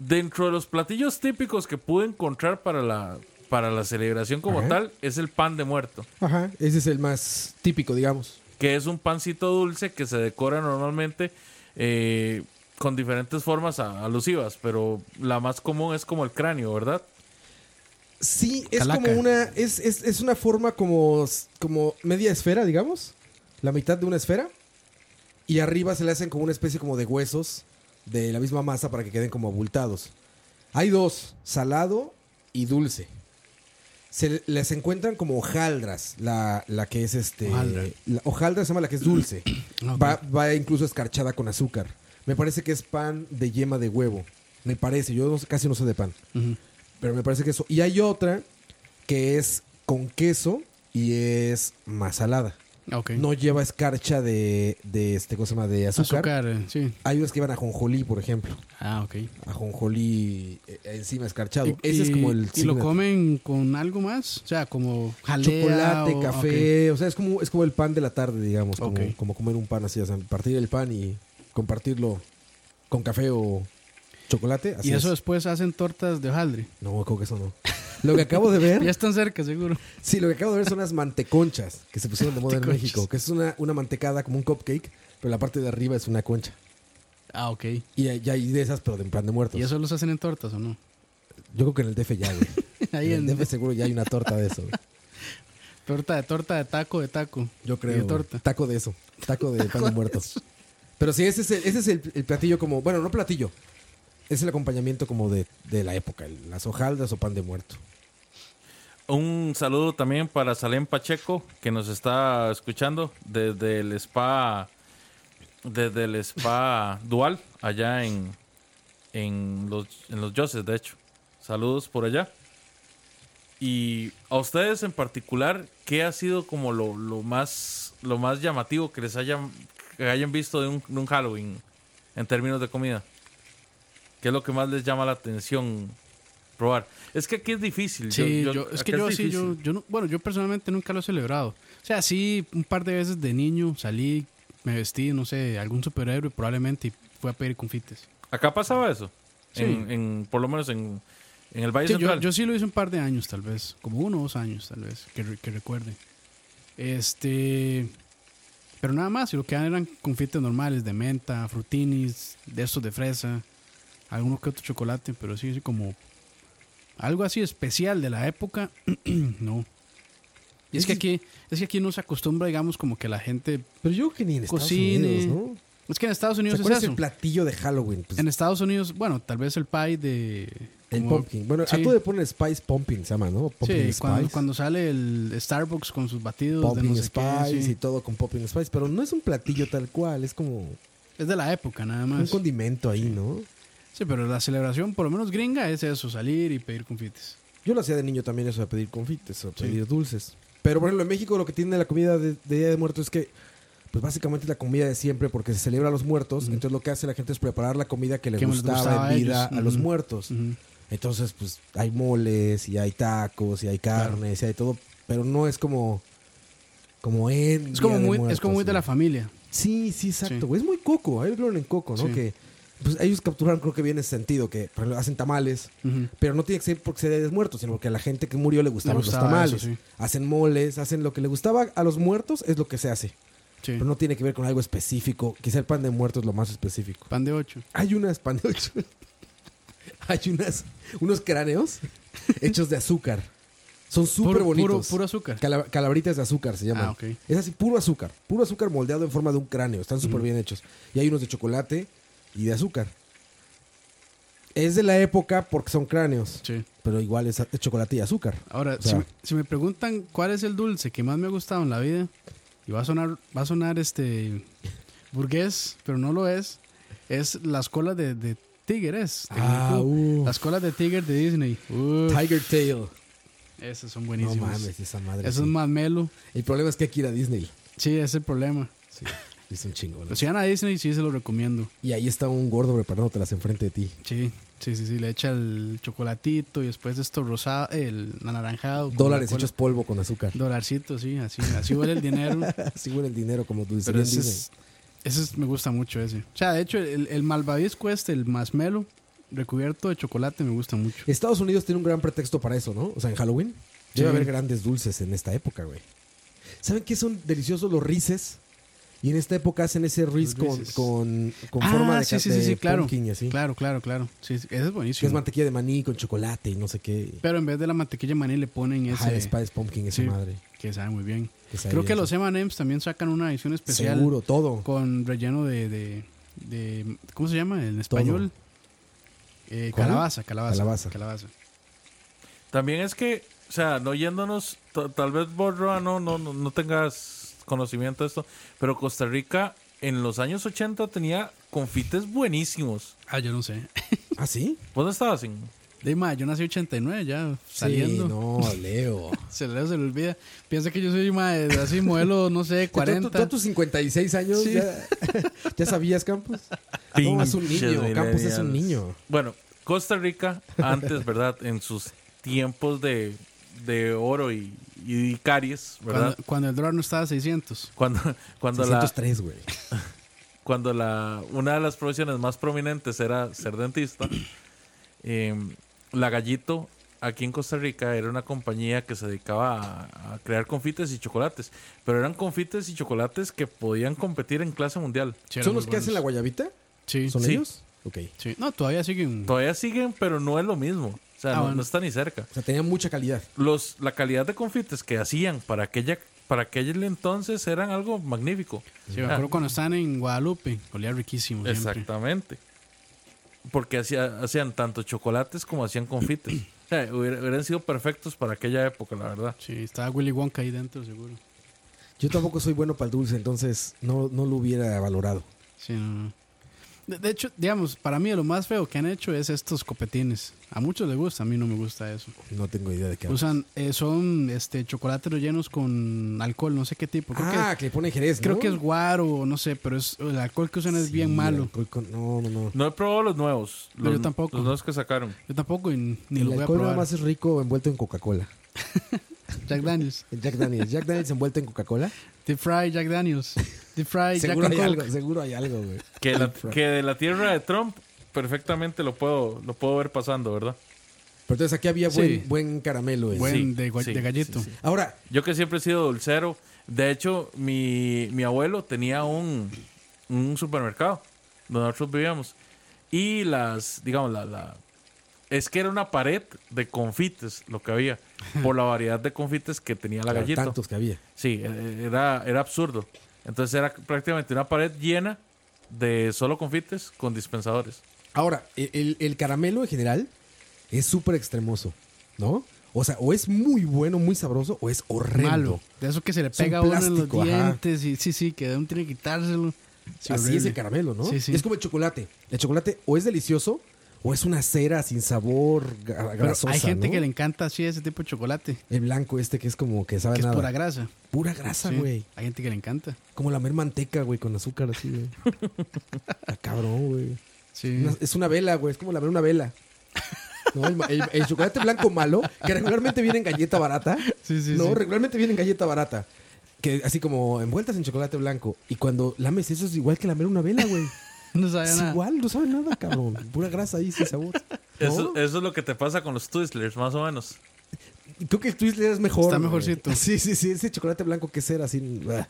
Speaker 4: Dentro de los platillos típicos que pude encontrar para la, para la celebración como
Speaker 5: Ajá.
Speaker 4: tal, es el pan de muerto,
Speaker 5: Ajá. Ese es el más típico, digamos.
Speaker 4: que es un pancito dulce que se decora normalmente eh, con diferentes formas a- alusivas, pero la más común es como el cráneo, ¿verdad?
Speaker 5: Sí, es
Speaker 6: Calaca.
Speaker 5: como una. Es, es, es una forma como, como media esfera, digamos. La mitad de una esfera. Y arriba se le hacen como una especie como de huesos de la misma masa para que queden como abultados. Hay dos: salado y dulce. Se les encuentran como hojaldras. La, la que es este.
Speaker 6: Hojaldra.
Speaker 5: La hojaldra se llama la que es dulce.
Speaker 6: Ok.
Speaker 5: va, va incluso escarchada con azúcar. Me parece que es pan de yema de huevo. Me parece, yo no sé- casi no sé de pan.
Speaker 6: Ujú.
Speaker 5: Pero me parece que eso. Y hay otra que es con queso y es más salada.
Speaker 6: ah, Ok.
Speaker 5: No lleva escarcha de, de este, ¿cómo se llama? De azúcar.
Speaker 6: azúcar. eh, sí.
Speaker 5: Hay unas que llevan ajonjolí, por ejemplo.
Speaker 6: Ah, ok.
Speaker 5: Ajonjolí eh, encima escarchado.
Speaker 6: Y-
Speaker 5: Ese es
Speaker 6: y-
Speaker 5: como
Speaker 6: ¿Y
Speaker 5: el
Speaker 6: lo
Speaker 5: signature.
Speaker 6: comen con algo más? O sea, como jalea
Speaker 5: Chocolate,
Speaker 6: o- ah,
Speaker 5: café. O sea, es como, es como el pan de la tarde, digamos. Como,
Speaker 6: Ok.
Speaker 5: como comer un pan así. O sea, partir el pan y compartirlo con café o chocolate.
Speaker 6: ok.
Speaker 5: Así
Speaker 6: Y eso
Speaker 5: es.
Speaker 6: después hacen tortas de hojaldre.
Speaker 5: No, creo que eso no. Lo que acabo de ver.
Speaker 6: Ya están cerca, seguro.
Speaker 5: Sí, lo que acabo de ver son unas manteconchas que se pusieron de moda en
Speaker 6: Manteconchas.
Speaker 5: México, que es una, una mantecada como un cupcake, pero la parte de arriba es una concha.
Speaker 6: Ah, ok. ¿Y
Speaker 5: Y hay- ya hay de esas, pero de en plan de muertos.
Speaker 6: eso los hacen en tortas o no?
Speaker 5: Yo creo que en el DF ya, güey.
Speaker 6: Ahí
Speaker 5: en el
Speaker 6: en
Speaker 5: DF seguro ya hay una torta de eso. güey.
Speaker 6: torta de torta, de taco, de taco.
Speaker 5: Yo creo.
Speaker 6: Y de
Speaker 5: güey.
Speaker 6: torta.
Speaker 5: Taco de eso. Taco de pan de muertos. Pero sí, ese es, el, ese es el, el platillo como. Bueno, no platillo. Es el acompañamiento como de, de la época. el- Las hojaldas o pan de muerto.
Speaker 4: Un saludo también para Salem Pacheco, que nos está escuchando desde el spa, desde el spa dual, allá en, en los, en los Yoses, de hecho. Saludos por allá. Y a ustedes en particular, ¿qué ha sido como lo, lo más, lo más llamativo que les hayan, que hayan visto de un, de un Halloween en términos de comida? ¿Qué es lo que más les llama la atención probar? Es que aquí es difícil.
Speaker 6: Sí, yo, es que
Speaker 4: acá
Speaker 6: yo sí, yo,
Speaker 4: difícil.
Speaker 6: yo no- bueno, yo personalmente nunca lo he celebrado. O sea, sí, un par de veces de niño salí, me vestí, no sé, algún superhéroe probablemente y fui a pedir confites.
Speaker 4: Acá pasaba eso.
Speaker 6: Sí.
Speaker 4: En, en- por lo menos en, en el Valle
Speaker 6: Sí, yo,
Speaker 4: Central.
Speaker 6: yo sí lo hice un par de años, tal vez, como uno o dos años, tal vez, que, re- que recuerde. Este, pero nada más, y lo que eran eran confites normales de menta, frutinis, de estos de fresa, alguno que otro chocolate, pero sí, sí, como algo así especial de la época, no. Y es que aquí, es que aquí no se acostumbra, digamos, como que la gente
Speaker 5: Pero yo creo que ni en Estados
Speaker 6: cocine.
Speaker 5: Unidos, ¿no?
Speaker 6: Es que en Estados
Speaker 5: ¿Se
Speaker 6: Unidos es
Speaker 5: acuerdan
Speaker 6: eso.
Speaker 5: ese platillo de Halloween? Pues,
Speaker 6: En Estados Unidos, bueno, tal vez el pie de.
Speaker 5: el
Speaker 6: como-
Speaker 5: pumpkin. Bueno,
Speaker 6: sí.
Speaker 5: a todo le ponen Spice Pumpkin, se llama, ¿no? Pumpkin
Speaker 6: Sí,
Speaker 5: Spice.
Speaker 6: cuando, cuando sale el Starbucks con sus batidos de
Speaker 5: Pumpkin
Speaker 6: no sé qué,
Speaker 5: Spice
Speaker 6: sí.
Speaker 5: y todo con Pumpkin Spice. Pero no es un platillo tal cual, es como
Speaker 6: Es de la época, nada
Speaker 5: un
Speaker 6: más.
Speaker 5: condimento ahí, ¿no?
Speaker 6: Sí, pero la celebración, por lo menos gringa, es eso: salir y pedir confites.
Speaker 5: Yo lo hacía de niño también eso de pedir confites o pedir dulces. Pero por ejemplo, en México lo que tiene la comida de, de Día de Muertos es que, pues básicamente es la comida de siempre porque se celebra a los muertos. Entonces lo que hace la gente es preparar la comida que le
Speaker 6: Que les
Speaker 5: gustaba,
Speaker 6: gustaba a
Speaker 5: en vida
Speaker 6: ellos.
Speaker 5: a los
Speaker 6: Ujú.
Speaker 5: muertos.
Speaker 6: Ujú.
Speaker 5: Entonces, pues hay moles y hay tacos y hay carnes y hay todo. Pero no es como. Como en.
Speaker 6: Es como,
Speaker 5: Día de
Speaker 6: muy, es
Speaker 5: Muertos,
Speaker 6: como muy de
Speaker 5: ¿no?
Speaker 6: la familia.
Speaker 5: Sí, sí, exacto.
Speaker 6: Sí.
Speaker 5: güey. Es muy coco. Ahí lo vieron en coco, ¿no?
Speaker 6: Sí.
Speaker 5: Que pues, ellos capturaron, creo que bien ese sentido, que por ejemplo, hacen tamales,
Speaker 6: Ujú.
Speaker 5: pero no tiene que ser porque se haya muerto, sino porque a la gente que murió le gustaban
Speaker 6: gustaba
Speaker 5: los tamales.
Speaker 6: eso, sí.
Speaker 5: Hacen moles, hacen lo que le gustaba a los muertos, es lo que se hace.
Speaker 6: Sí.
Speaker 5: Pero no tiene que ver con algo específico. Quizá el pan de muerto es lo más específico.
Speaker 6: Pan de ocho.
Speaker 5: Hay unas pan de ocho. Hay unas, unos cráneos hechos de azúcar. Son súper
Speaker 6: Puro-
Speaker 5: bonitos.
Speaker 6: puro- puro azúcar.
Speaker 5: Cala- calabritas de azúcar se llaman.
Speaker 6: Ah, ok.
Speaker 5: Es así, puro azúcar. Puro azúcar moldeado en forma de un cráneo. Están súper bien hechos. Y hay unos de chocolate y de azúcar. Es de la época porque son cráneos.
Speaker 6: Sí.
Speaker 5: Pero igual es a- es chocolate y azúcar.
Speaker 6: Ahora,
Speaker 5: O sea,
Speaker 6: si, me, si me preguntan cuál es el dulce que más me ha gustado en la vida, y va a sonar, va a sonar este burgués, pero no lo es, es las colas de, de tigres. de
Speaker 5: Ah,
Speaker 6: Winnie Pooh.
Speaker 5: uf.
Speaker 6: Las colas de tigre de Disney. Uf,
Speaker 5: Tiger Tail.
Speaker 6: esas son
Speaker 5: No
Speaker 6: buenísimas.
Speaker 5: mames, esa madre.
Speaker 6: Eso
Speaker 5: sí.
Speaker 6: es más melo.
Speaker 5: El problema es que hay que ir a Disney.
Speaker 6: Sí, ese es el problema.
Speaker 5: Sí, pues. es un chingo. ¿no?
Speaker 6: Pero si van a Disney, sí se lo recomiendo.
Speaker 5: Y ahí está un gordo preparándotelas enfrente de ti.
Speaker 6: Sí, sí, sí, sí. Le echa el chocolatito y después esto rosado, el anaranjado. con
Speaker 5: Dólares
Speaker 6: la cola.
Speaker 5: hechos polvo con azúcar.
Speaker 6: Dolarcito, sí, así, así huele el dinero.
Speaker 5: Así huele el dinero, como tú dices.
Speaker 6: Pero ese, es- ese es- me gusta mucho ese. O sea, de hecho, el, el malvavisco este, el masmelo, recubierto de chocolate, me gusta mucho.
Speaker 5: Estados Unidos tiene un gran pretexto para eso, ¿no? O sea, en Halloween debe
Speaker 6: Sí.
Speaker 5: haber grandes dulces en esta época, güey. ¿Saben qué son deliciosos los rices? Y en esta época hacen ese riz
Speaker 6: Los
Speaker 5: con,
Speaker 6: Reese's.
Speaker 5: con, con
Speaker 6: Ah,
Speaker 5: forma de,
Speaker 6: sí,
Speaker 5: ca-
Speaker 6: sí, sí,
Speaker 5: de
Speaker 6: sí, claro.
Speaker 5: pumpkin y así.
Speaker 6: Claro, claro, claro. Sí, sí, ese es
Speaker 5: Que
Speaker 6: buenísimo.
Speaker 5: es mantequilla de maní con chocolate y no sé qué.
Speaker 6: Pero en vez de la mantequilla de maní le ponen ese...
Speaker 5: Ajá, el Spice Pumpkin,
Speaker 6: sí,
Speaker 5: esa madre.
Speaker 6: Que sabe muy bien.
Speaker 5: Que sabe
Speaker 6: Creo
Speaker 5: bien,
Speaker 6: que los
Speaker 5: sí.
Speaker 6: M&M's también sacan una edición especial
Speaker 5: Seguro, todo.
Speaker 6: con relleno de, de, de- ¿Cómo se llama en español? Eh,
Speaker 5: ¿Cuál?
Speaker 6: calabaza, calabaza,
Speaker 5: Calabaza.
Speaker 6: Calabaza.
Speaker 4: También es que, o sea, no yéndonos, ta- tal vez vos, Roa, no, no, no, no tengas conocimiento de esto, pero Costa Rica en los años 80 tenía confites buenísimos.
Speaker 6: Ah, yo no sé.
Speaker 5: ¿Ah, sí?
Speaker 4: ¿Vos no estabas en?
Speaker 6: De ma, yo nací 89 ya, saliendo.
Speaker 5: Sí, no, Leo.
Speaker 6: Se le, se le olvida. Piensa que yo soy ma, de- así modelo, no sé,
Speaker 5: ¿Tú, tú- tú
Speaker 6: 40.
Speaker 5: a tus 56 años
Speaker 6: Sí.
Speaker 5: ya, ya sabías, Campos? No, Ah, es un
Speaker 4: Pinches
Speaker 5: niño. Campos es un
Speaker 4: millennials.
Speaker 5: niño.
Speaker 4: Bueno, Costa Rica antes, ¿verdad? En sus tiempos de, de oro y, y caries, ¿verdad?
Speaker 6: Cuando, cuando el dólar no estaba a 600.
Speaker 4: Cuando, cuando, la,
Speaker 5: 603, güey.
Speaker 4: cuando la, una de las profesiones más prominentes era ser dentista, eh, la Gallito aquí en Costa Rica era una compañía que se dedicaba a, a crear confites y chocolates, pero eran confites y chocolates que podían competir en clase mundial.
Speaker 6: Sí, eran
Speaker 5: ¿Son
Speaker 6: muy
Speaker 5: los que hacen la
Speaker 6: buenos.
Speaker 5: guayabita?
Speaker 6: Sí,
Speaker 5: ¿Son
Speaker 4: Sí.
Speaker 5: ellos? Ok.
Speaker 6: sí. No, todavía siguen.
Speaker 4: Todavía siguen, pero no es lo mismo. O sea,
Speaker 6: Ah,
Speaker 4: no-
Speaker 6: bueno.
Speaker 4: no está ni cerca.
Speaker 5: O sea, tenían mucha calidad.
Speaker 4: los, la calidad de confites que hacían para aquella para aquel entonces eran algo magnífico.
Speaker 6: Sí, me
Speaker 5: Ah.
Speaker 6: acuerdo cuando estaban en Guadalupe. Olía riquísimo siempre.
Speaker 4: Exactamente. Porque hacía- hacían tanto chocolates como hacían confites. O sea, hubiera- hubieran sido perfectos para aquella época, la verdad.
Speaker 6: Sí, estaba Willy Wonka ahí dentro, seguro.
Speaker 5: Yo tampoco soy bueno para el dulce, entonces no, no lo hubiera valorado.
Speaker 6: Sí, no, no. De, de hecho, digamos, para mí lo más feo que han hecho es estos copetines. A muchos les gusta, a mí no me gusta eso.
Speaker 5: No tengo idea de qué. hablas.
Speaker 6: Usan, eh, son este chocolates rellenos con alcohol, no sé qué tipo. Creo
Speaker 5: ah,
Speaker 6: que,
Speaker 5: que le ponen jerez, ¿no?
Speaker 6: creo que es guaro, no sé, pero es, el alcohol que usan es
Speaker 5: Sí,
Speaker 6: bien malo.
Speaker 5: alcohol con- No, no, no.
Speaker 4: No he probado los nuevos.
Speaker 6: No,
Speaker 4: Los,
Speaker 6: yo tampoco.
Speaker 4: Los nuevos que sacaron.
Speaker 6: Yo tampoco y n- ni lo
Speaker 5: el
Speaker 6: voy a
Speaker 5: alcohol nada
Speaker 6: probar.
Speaker 5: más es rico envuelto en Coca-Cola.
Speaker 6: Jack Daniels.
Speaker 5: El Jack Daniels. Jack Daniels envuelto en Coca-Cola.
Speaker 6: Deep Fry Jack Daniels. Deep Fry Jack
Speaker 5: Seguro
Speaker 6: and
Speaker 5: hay algo,
Speaker 6: Coke.
Speaker 5: seguro hay algo, güey.
Speaker 4: Que, la- que de la tierra de Trump perfectamente lo puedo, lo puedo ver pasando, ¿verdad?
Speaker 5: Pero entonces aquí había buen,
Speaker 6: Sí.
Speaker 5: buen caramelo. güey.
Speaker 6: Buen
Speaker 4: Sí,
Speaker 6: de, gua-
Speaker 4: sí,
Speaker 6: de gallito.
Speaker 4: sí,
Speaker 5: Ahora,
Speaker 4: Yo que siempre he sido dulcero. De hecho, mi, mi abuelo tenía un, un supermercado donde nosotros vivíamos. Y las, digamos, la, la- Es que era una pared de confites lo que había, por la variedad de confites que tenía la galleta.
Speaker 5: Tantos que había.
Speaker 4: Sí, eh, era, era absurdo. Entonces era prácticamente una pared llena de solo confites con dispensadores.
Speaker 5: Ahora, el- el, el caramelo en general es súper extremoso, ¿no? O sea, o es muy bueno, muy sabroso, o es horrendo.
Speaker 6: Malo. De eso que se le
Speaker 5: Es un
Speaker 6: pega a uno en los
Speaker 5: plástico, ajá.
Speaker 6: dientes. Y, sí, sí, que uno tiene que quitárselo. Sí,
Speaker 5: Así
Speaker 6: horrible.
Speaker 5: es el caramelo, ¿no?
Speaker 6: Sí, sí.
Speaker 5: Es como el chocolate. El chocolate o es delicioso o es una cera sin sabor, gra-
Speaker 6: Pero
Speaker 5: grasosa,
Speaker 6: hay gente
Speaker 5: ¿no?
Speaker 6: que le encanta así ese tipo de chocolate,
Speaker 5: El blanco este que es como que sabe
Speaker 6: que es
Speaker 5: nada.
Speaker 6: pura grasa.
Speaker 5: Pura grasa,
Speaker 6: Sí,
Speaker 5: güey.
Speaker 6: Hay gente que le encanta.
Speaker 5: Como la mer manteca, güey, con azúcar así, güey. Está cabrón, güey.
Speaker 6: Sí.
Speaker 5: Una- es una vela, güey. Es como lamer una vela. No, el, ma- el- el chocolate blanco malo, que regularmente viene en galleta barata.
Speaker 6: Sí, sí,
Speaker 5: no,
Speaker 6: sí.
Speaker 5: regularmente viene en galleta barata. Que así como envueltas en chocolate blanco. Y cuando lames eso es igual que lamer una vela, güey.
Speaker 6: No sabe
Speaker 5: Es
Speaker 6: nada.
Speaker 5: igual, no sabe nada, cabrón. Pura grasa ahí sin sabor. ¿No?
Speaker 4: Eso,
Speaker 6: eh,
Speaker 4: eso es lo que te pasa con los Twizzlers, más o menos.
Speaker 5: Creo que el Twizzler es mejor.
Speaker 6: Está
Speaker 5: güey.
Speaker 6: mejorcito.
Speaker 5: Sí, sí, sí. Ese chocolate blanco que será así. bah.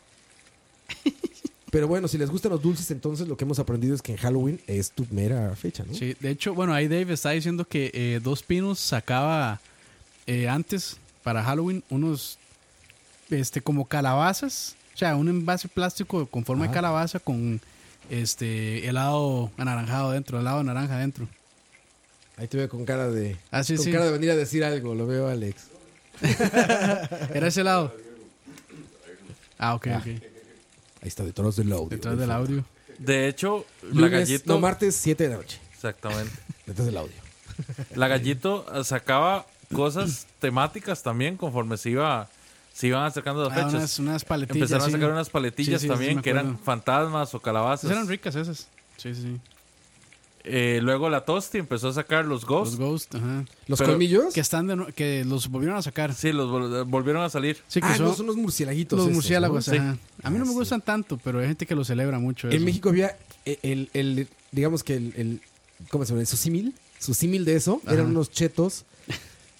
Speaker 5: Pero bueno, si les gustan los dulces, entonces lo que hemos aprendido es que en Halloween es tu mera fecha, ¿no?
Speaker 6: Sí, de hecho, bueno, ahí Dave está diciendo que eh, Dos Pinos sacaba eh, antes para Halloween unos, este, como calabazas, o sea, un envase plástico con forma de calabaza con, este, helado anaranjado dentro, helado de naranja dentro.
Speaker 5: Ahí te veo con cara de.
Speaker 6: Ah, sí,
Speaker 5: con
Speaker 6: sí.
Speaker 5: cara de venir a decir algo, lo veo, Alex.
Speaker 6: Era ese helado. Ah, ok, ok.
Speaker 5: Ahí está, detrás del audio.
Speaker 6: Detrás del audio.
Speaker 4: De hecho, la
Speaker 5: Lunes-
Speaker 4: galleta.
Speaker 5: No, martes, 7 de la noche.
Speaker 4: Exactamente.
Speaker 5: Detrás del audio.
Speaker 4: La gallito eh, sacaba cosas temáticas también conforme se iba se iban acercando las
Speaker 6: Ah,
Speaker 4: fechas.
Speaker 6: unas- unas paletillas,
Speaker 4: Empezaron
Speaker 6: sí.
Speaker 4: a sacar unas paletillas
Speaker 6: Sí, sí, sí
Speaker 4: también
Speaker 6: me
Speaker 4: que eran
Speaker 6: acuerdo.
Speaker 4: fantasmas o calabazas.
Speaker 6: Esas
Speaker 5: Pues,
Speaker 6: eran ricas esas. Sí, sí, sí.
Speaker 4: Eh, luego la Tosti empezó a sacar los
Speaker 6: Los
Speaker 4: Ghosts.
Speaker 6: Ghost, ajá.
Speaker 5: ¿Los
Speaker 4: Pero-
Speaker 5: colmillos?
Speaker 6: Que están de nue- que los volvieron a sacar.
Speaker 4: Sí, los vol- volvieron a salir.
Speaker 6: Sí, que
Speaker 5: ah,
Speaker 6: son
Speaker 5: no, son los murciélaguitos.
Speaker 6: los
Speaker 5: esos, ¿no? Ah,
Speaker 6: murciélagos,
Speaker 4: Sí.
Speaker 6: ajá. A mí no me gustan tanto, pero hay gente que lo celebra mucho.
Speaker 5: En
Speaker 6: eso.
Speaker 5: México había el, el- el- digamos que el, el- ¿cómo se llama? El susímil, susímil de eso, eran unos chetos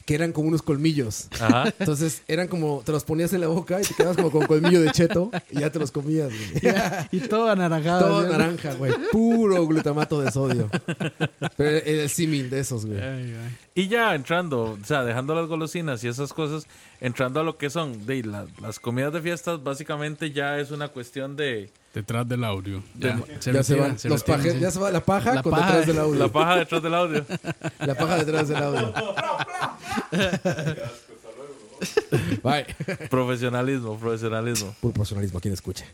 Speaker 5: que eran como unos colmillos.
Speaker 4: Ajá.
Speaker 5: Entonces eran como, te los ponías en la boca y te quedabas como con colmillo de cheto y ya te los comías. güey.
Speaker 6: Y todo anaranjado.
Speaker 5: Todo
Speaker 6: ¿sí?
Speaker 5: naranja, güey. Puro glutamato de sodio. Pero era el símil de esos, güey.
Speaker 6: Ay, ay.
Speaker 4: Y ya entrando, o sea, dejando las golosinas y esas cosas, entrando a lo que son de la- las comidas de fiestas, básicamente ya es una cuestión de
Speaker 6: Detrás del audio.
Speaker 4: Ya,
Speaker 5: Ya se
Speaker 6: retira,
Speaker 5: van
Speaker 6: se
Speaker 5: los
Speaker 6: retira,
Speaker 5: pajes-
Speaker 6: sí.
Speaker 5: ya se va la paja
Speaker 6: La
Speaker 5: con
Speaker 6: paja.
Speaker 5: detrás del audio.
Speaker 4: la paja detrás del audio.
Speaker 5: La paja detrás del audio. Bye.
Speaker 4: profesionalismo, profesionalismo.
Speaker 5: Puro personalismo, ¿quién escucha?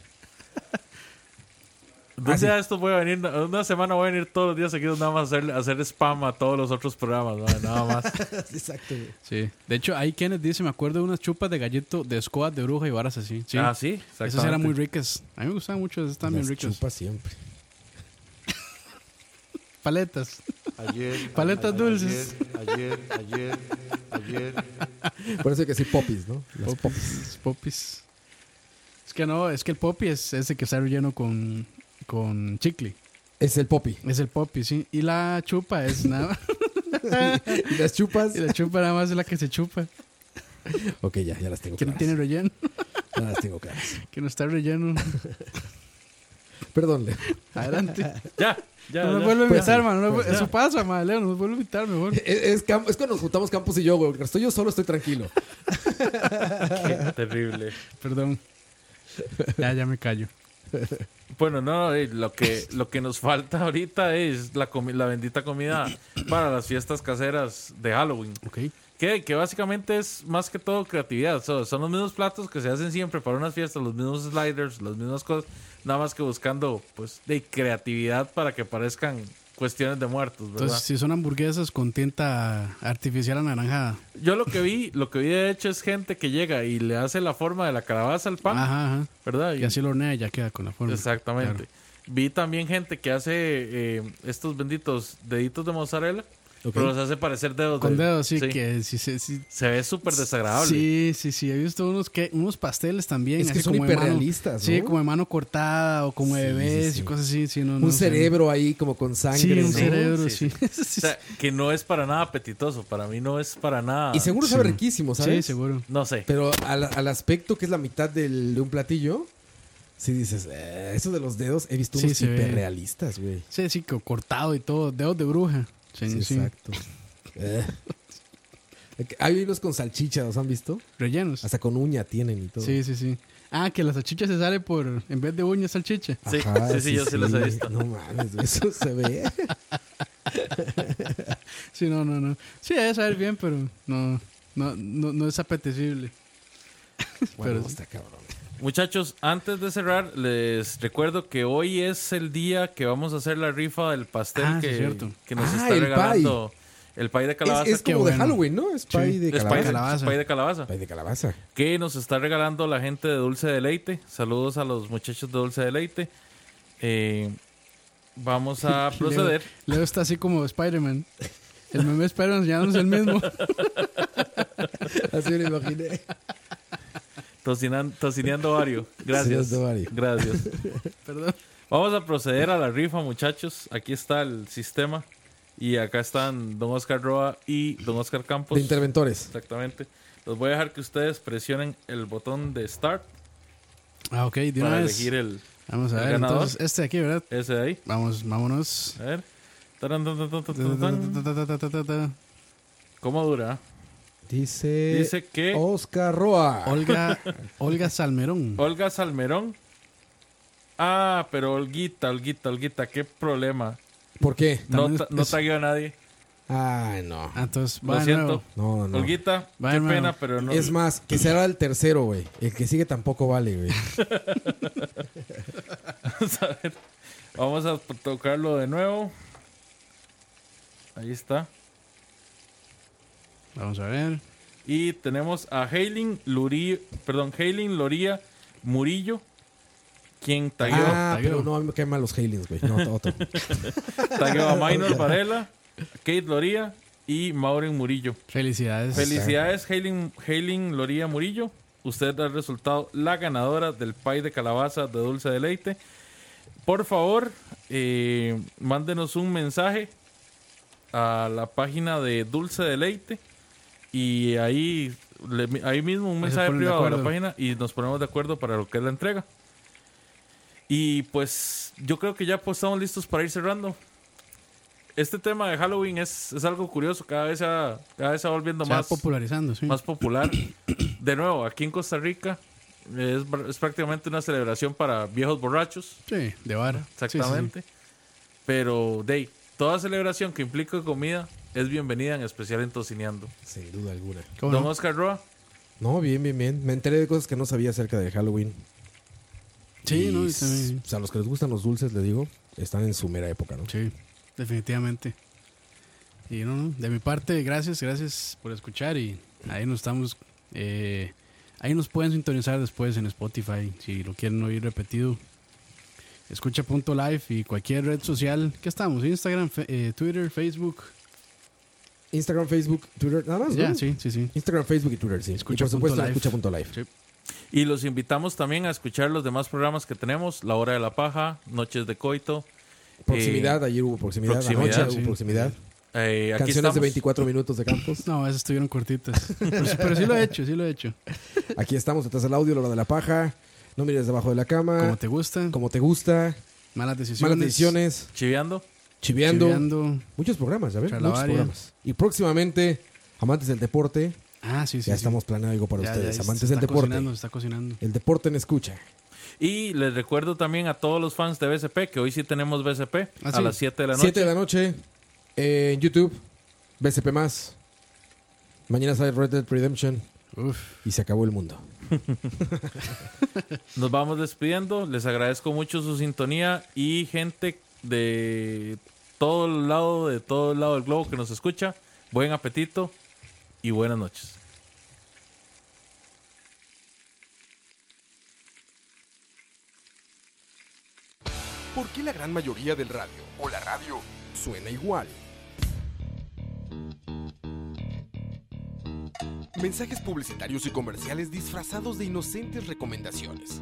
Speaker 4: De
Speaker 5: Ah,
Speaker 4: un
Speaker 5: sí.
Speaker 4: día a esto voy a venir, una semana voy a venir todos los días seguidos nada más a hacer, a hacer spam a todos los otros programas, ¿no? nada más.
Speaker 5: Exacto, güey.
Speaker 6: Sí. De hecho, ahí Kenneth dice, me acuerdo de unas chupas de galleto de escoba de bruja y varas así. Sí.
Speaker 4: Ah, sí,
Speaker 6: Esas eran
Speaker 4: exactamente.
Speaker 6: muy ricas. A mí me gustaban mucho, esas estaban bien
Speaker 5: Las
Speaker 6: ricas.
Speaker 5: chupa siempre.
Speaker 6: Paletas.
Speaker 7: Ayer,
Speaker 6: Paletas
Speaker 7: ayer,
Speaker 6: dulces.
Speaker 7: Ayer, ayer, ayer, ayer.
Speaker 5: Por eso que sí, popis, ¿no? Las popis.
Speaker 6: Los popis. Es que no, es que el popi es ese que está relleno con, con chicle.
Speaker 5: Es el popi.
Speaker 6: Es el popi, sí. Y la chupa es nada.
Speaker 5: Y las chupas.
Speaker 6: y la chupa nada más es la que se chupa.
Speaker 5: Ok, ya, ya las tengo
Speaker 6: Que no
Speaker 5: claras.
Speaker 6: tiene relleno.
Speaker 5: Ya las tengo claras.
Speaker 6: Que no está relleno.
Speaker 5: Perdón, Leo.
Speaker 6: Adelante.
Speaker 4: Ya, ya.
Speaker 6: No me
Speaker 4: ya.
Speaker 6: vuelvo a
Speaker 5: Pues
Speaker 6: invitar,
Speaker 5: sí,
Speaker 6: mano. no me- eso pasa, man. Leo, no me vuelvo a invitar, mejor.
Speaker 5: Es, es Cam- es cuando nos juntamos Campos y yo, güey. Porque estoy yo solo, estoy tranquilo.
Speaker 4: Qué terrible.
Speaker 6: Perdón. Ya, ya me callo.
Speaker 4: Bueno, no, eh, lo que, lo que nos falta ahorita es la, comi- la bendita comida para las fiestas caseras de Halloween.
Speaker 6: Ok.
Speaker 4: Que, que básicamente es más que todo creatividad. O sea, son los mismos platos que se hacen siempre para unas fiestas, los mismos sliders, las mismas cosas, nada más que buscando pues de creatividad para que parezcan cuestiones de muertos, ¿verdad?
Speaker 6: Entonces, si son hamburguesas con tinta artificial anaranjada.
Speaker 4: Yo lo que vi, lo que vi de hecho es gente que llega y le hace la forma de la calabaza al pan,
Speaker 6: Ajá, ajá.
Speaker 4: ¿verdad?
Speaker 6: Y así lo hornea y ya queda con la forma.
Speaker 4: Exactamente. Vi también gente que hace eh, estos benditos deditos de mozzarella, pero los hace parecer dedos.
Speaker 6: Con
Speaker 4: de-
Speaker 6: dedos, sí, que sí, sí, sí.
Speaker 4: Se ve súper desagradable.
Speaker 6: Sí, sí, sí. He visto unos que unos pasteles también.
Speaker 5: Es que
Speaker 6: así
Speaker 5: son
Speaker 6: como de mano-
Speaker 5: hiperrealistas,
Speaker 6: Sí,
Speaker 5: ¿no?
Speaker 6: como de mano cortada o como de
Speaker 5: Sí, sí,
Speaker 6: bebés
Speaker 5: sí.
Speaker 6: y cosas así. sí, no, no,
Speaker 5: Un
Speaker 6: o sea,
Speaker 5: cerebro ahí como con sangre.
Speaker 6: Sí, un
Speaker 5: ¿no?
Speaker 6: cerebro,
Speaker 4: Sí,
Speaker 6: sí.
Speaker 4: O sea, que no es para nada apetitoso. Para mí no es para nada.
Speaker 5: Y seguro sabe riquísimo, ¿sabes?
Speaker 6: Sí, seguro.
Speaker 4: No sé.
Speaker 5: Pero al, al aspecto que es la mitad del- de un platillo, si dices, eh, eso de los dedos, he visto
Speaker 6: Sí,
Speaker 5: unos
Speaker 6: se ve.
Speaker 5: hiperrealistas, güey.
Speaker 6: Sí, sí, co- cortado y todo. Dedos de bruja. Sí,
Speaker 5: Sí,
Speaker 6: sí.
Speaker 5: exacto. Eh. Hay unos con salchicha, ¿los han visto?
Speaker 6: Rellenos.
Speaker 5: Hasta con uña tienen y todo.
Speaker 6: Sí, sí, sí. Ah, que la salchicha se sale por. En vez de uña, es salchicha.
Speaker 4: Sí, sí, sí, yo sí los he visto.
Speaker 5: No mames, eso se ve.
Speaker 6: Sí, no, no, no. Sí, debe saber bien, pero no, no, no, no es apetecible.
Speaker 5: Bueno,
Speaker 6: Pero-
Speaker 5: está cabrón.
Speaker 4: Muchachos, antes de cerrar, les recuerdo que hoy es el día que vamos a hacer la rifa del pastel
Speaker 6: Ah, sí,
Speaker 4: que,
Speaker 6: es cierto.
Speaker 4: que nos
Speaker 5: Ah,
Speaker 4: está
Speaker 5: el pie.
Speaker 4: regalando el pay de
Speaker 5: Es,
Speaker 4: calabaza.
Speaker 5: es
Speaker 6: qué
Speaker 5: como de
Speaker 6: bueno.
Speaker 5: Halloween, ¿no? Es pie de
Speaker 4: Es pay
Speaker 5: calabaza.
Speaker 4: de-
Speaker 6: calabaza.
Speaker 4: pay de calabaza.
Speaker 5: Pie de calabaza.
Speaker 4: que Pues, nos está regalando la gente de Dulce Deleite. Saludos a los muchachos de Dulce Deleite. Eh, vamos a proceder.
Speaker 6: Leo, Leo está así como Spider-Man. El meme de Spider-Man ya no es el mismo.
Speaker 5: Así me lo imaginé.
Speaker 4: Tocinan- tocineando Vario. Gracias.
Speaker 5: Tocineando Vario.
Speaker 4: Gracias.
Speaker 6: Perdón.
Speaker 4: Vamos a proceder a la rifa, muchachos. Aquí está el sistema. Y acá están Don Oscar Roa y Don Oscar Campos.
Speaker 5: De interventores.
Speaker 4: Exactamente. Los voy a dejar que ustedes presionen el botón de Start
Speaker 6: Ah, ok, de una
Speaker 4: para
Speaker 6: vez.
Speaker 4: elegir el
Speaker 6: Vamos a
Speaker 4: el
Speaker 6: ver,
Speaker 4: ganador.
Speaker 6: entonces, este de aquí, ¿verdad?
Speaker 4: ese de ahí.
Speaker 6: Vamos, vámonos.
Speaker 4: A ver. Taran, tan, tan, tan, tan, tan, tan.
Speaker 6: Olga
Speaker 4: ¿Cómo dura?
Speaker 5: Dice,
Speaker 4: Dice que-
Speaker 5: Oscar Roa.
Speaker 6: Olga Salmerón.
Speaker 4: Olga Salmerón. Ah, pero Olguita, Olguita, Olguita, qué problema.
Speaker 5: ¿Por qué?
Speaker 4: No,
Speaker 6: También
Speaker 4: ta-
Speaker 6: es-
Speaker 4: no
Speaker 6: es-
Speaker 4: tagueo a nadie.
Speaker 5: Ay, no.
Speaker 6: Ah, entonces,
Speaker 4: Lo
Speaker 6: va de
Speaker 4: siento.
Speaker 6: nuevo.
Speaker 5: No, no.
Speaker 4: Olguita,
Speaker 6: Va
Speaker 4: qué
Speaker 6: de nuevo.
Speaker 4: pena, pero no.
Speaker 5: Es más, que será el tercero, güey. El que sigue tampoco vale, güey.
Speaker 4: Vamos a ver. Vamos a tocarlo de nuevo. Ahí está.
Speaker 6: Vamos a ver.
Speaker 4: Y tenemos a Hailing Lurí, perdón, Hailing Loría Murillo, quien tagueó,
Speaker 5: ah,
Speaker 6: tagueo.
Speaker 5: pero no, a mí me caen mal los Halings, güey. No, otro.
Speaker 4: tagueó a Maynor Varela, Kate Loría y Maureen Murillo.
Speaker 6: Felicidades.
Speaker 4: Felicidades, Hailing, Hailing Loría Murillo. Usted ha resultado la ganadora del pay de calabaza de Dulce Deleite. Por favor, eh, mándenos un mensaje a la página de Dulce Deleite y ahí, le- ahí mismo un
Speaker 6: Ahí se
Speaker 4: mensaje
Speaker 6: ponen de
Speaker 4: privado a la
Speaker 6: acuerdo.
Speaker 4: página y nos ponemos de acuerdo para lo que es la entrega. Y pues yo creo que ya pues, estamos listos para ir cerrando. Este tema de Halloween es, es algo curioso, cada vez se va, cada vez se va volviendo
Speaker 6: Se va
Speaker 4: más,
Speaker 6: popularizando, sí.
Speaker 4: más popular. De nuevo, aquí en Costa Rica es, es prácticamente una celebración para viejos borrachos.
Speaker 6: Sí, de vara. Sí, sí, sí.
Speaker 4: Exactamente. Pero, Dey, toda celebración que implica comida es bienvenida, en especial en Tocineando.
Speaker 5: Sin duda alguna.
Speaker 6: ¿Cómo
Speaker 4: Don
Speaker 6: Oh, no?
Speaker 4: Oscar Roa,
Speaker 5: No, bien, bien, bien. Me enteré de cosas que no sabía acerca de Halloween.
Speaker 6: Sí,
Speaker 5: Y,
Speaker 6: no, y
Speaker 5: s-
Speaker 6: también-
Speaker 5: pues, a los que les gustan los dulces, le digo, están en su mera época, ¿no?
Speaker 6: sí, definitivamente. Y no, no, de mi parte, gracias, gracias por escuchar y ahí nos estamos, eh, ahí nos pueden sintonizar después en Spotify, si lo quieren oír repetido. Escucha.live y cualquier red social que estamos, Instagram, fe- eh, Twitter, Facebook.
Speaker 5: Instagram, Facebook, Twitter, nada más,
Speaker 6: Ya,
Speaker 5: ¿no?
Speaker 6: sí, sí, sí.
Speaker 5: Instagram, Facebook y Twitter, sí.
Speaker 6: Escucha
Speaker 5: Ah, y por supuesto,
Speaker 6: punto live.
Speaker 5: escucha.live.
Speaker 6: Sí.
Speaker 4: y los invitamos también a escuchar los demás programas que tenemos: La Hora de la Paja, Noches de Coito.
Speaker 5: Proximidad,
Speaker 4: Eh,
Speaker 5: ayer hubo proximidad,
Speaker 4: proximidad,
Speaker 5: anoche hubo
Speaker 6: sí.
Speaker 5: proximidad.
Speaker 4: eh, aquí
Speaker 5: Canciones
Speaker 4: estamos.
Speaker 5: de 24 minutos de Campos.
Speaker 6: No, esas estuvieron cortitas. Pero, sí- pero sí lo he hecho, sí lo he hecho.
Speaker 5: Ah. Aquí estamos, detrás del audio, la hora de la paja. No mires debajo de la cama.
Speaker 6: Como te gusta,
Speaker 5: como te gusta.
Speaker 6: malas decisiones.
Speaker 5: Malas decisiones.
Speaker 4: Chiveando.
Speaker 5: Chiveando.
Speaker 6: chiveando.
Speaker 5: Muchos programas, a ver. Muchos
Speaker 6: Charlavaria.
Speaker 5: programas. Y próximamente, amantes del deporte.
Speaker 6: Ah, sí, sí.
Speaker 5: ya
Speaker 6: sí.
Speaker 5: estamos planeando algo para
Speaker 6: Ya,
Speaker 5: ustedes.
Speaker 6: ya, se
Speaker 5: amantes del
Speaker 6: está
Speaker 5: deporte.
Speaker 6: Cocinando, se está cocinando.
Speaker 5: El deporte en escucha.
Speaker 4: Y les recuerdo también a todos los fans de BCP que hoy sí tenemos BCP
Speaker 6: Ah,
Speaker 4: a
Speaker 6: sí.
Speaker 4: las 7 de la noche.
Speaker 5: 7 de la noche eh, en YouTube. BCP más. Mañana sale Red Dead Redemption
Speaker 6: Uf,
Speaker 5: y se acabó el mundo.
Speaker 4: Nos vamos despidiendo. Les agradezco mucho su sintonía y gente de todo el lado, de todo el lado del globo que nos escucha. Buen apetito y buenas noches.
Speaker 1: ¿Por qué la gran mayoría del radio o la radio suena igual? Mensajes publicitarios y comerciales disfrazados de inocentes recomendaciones.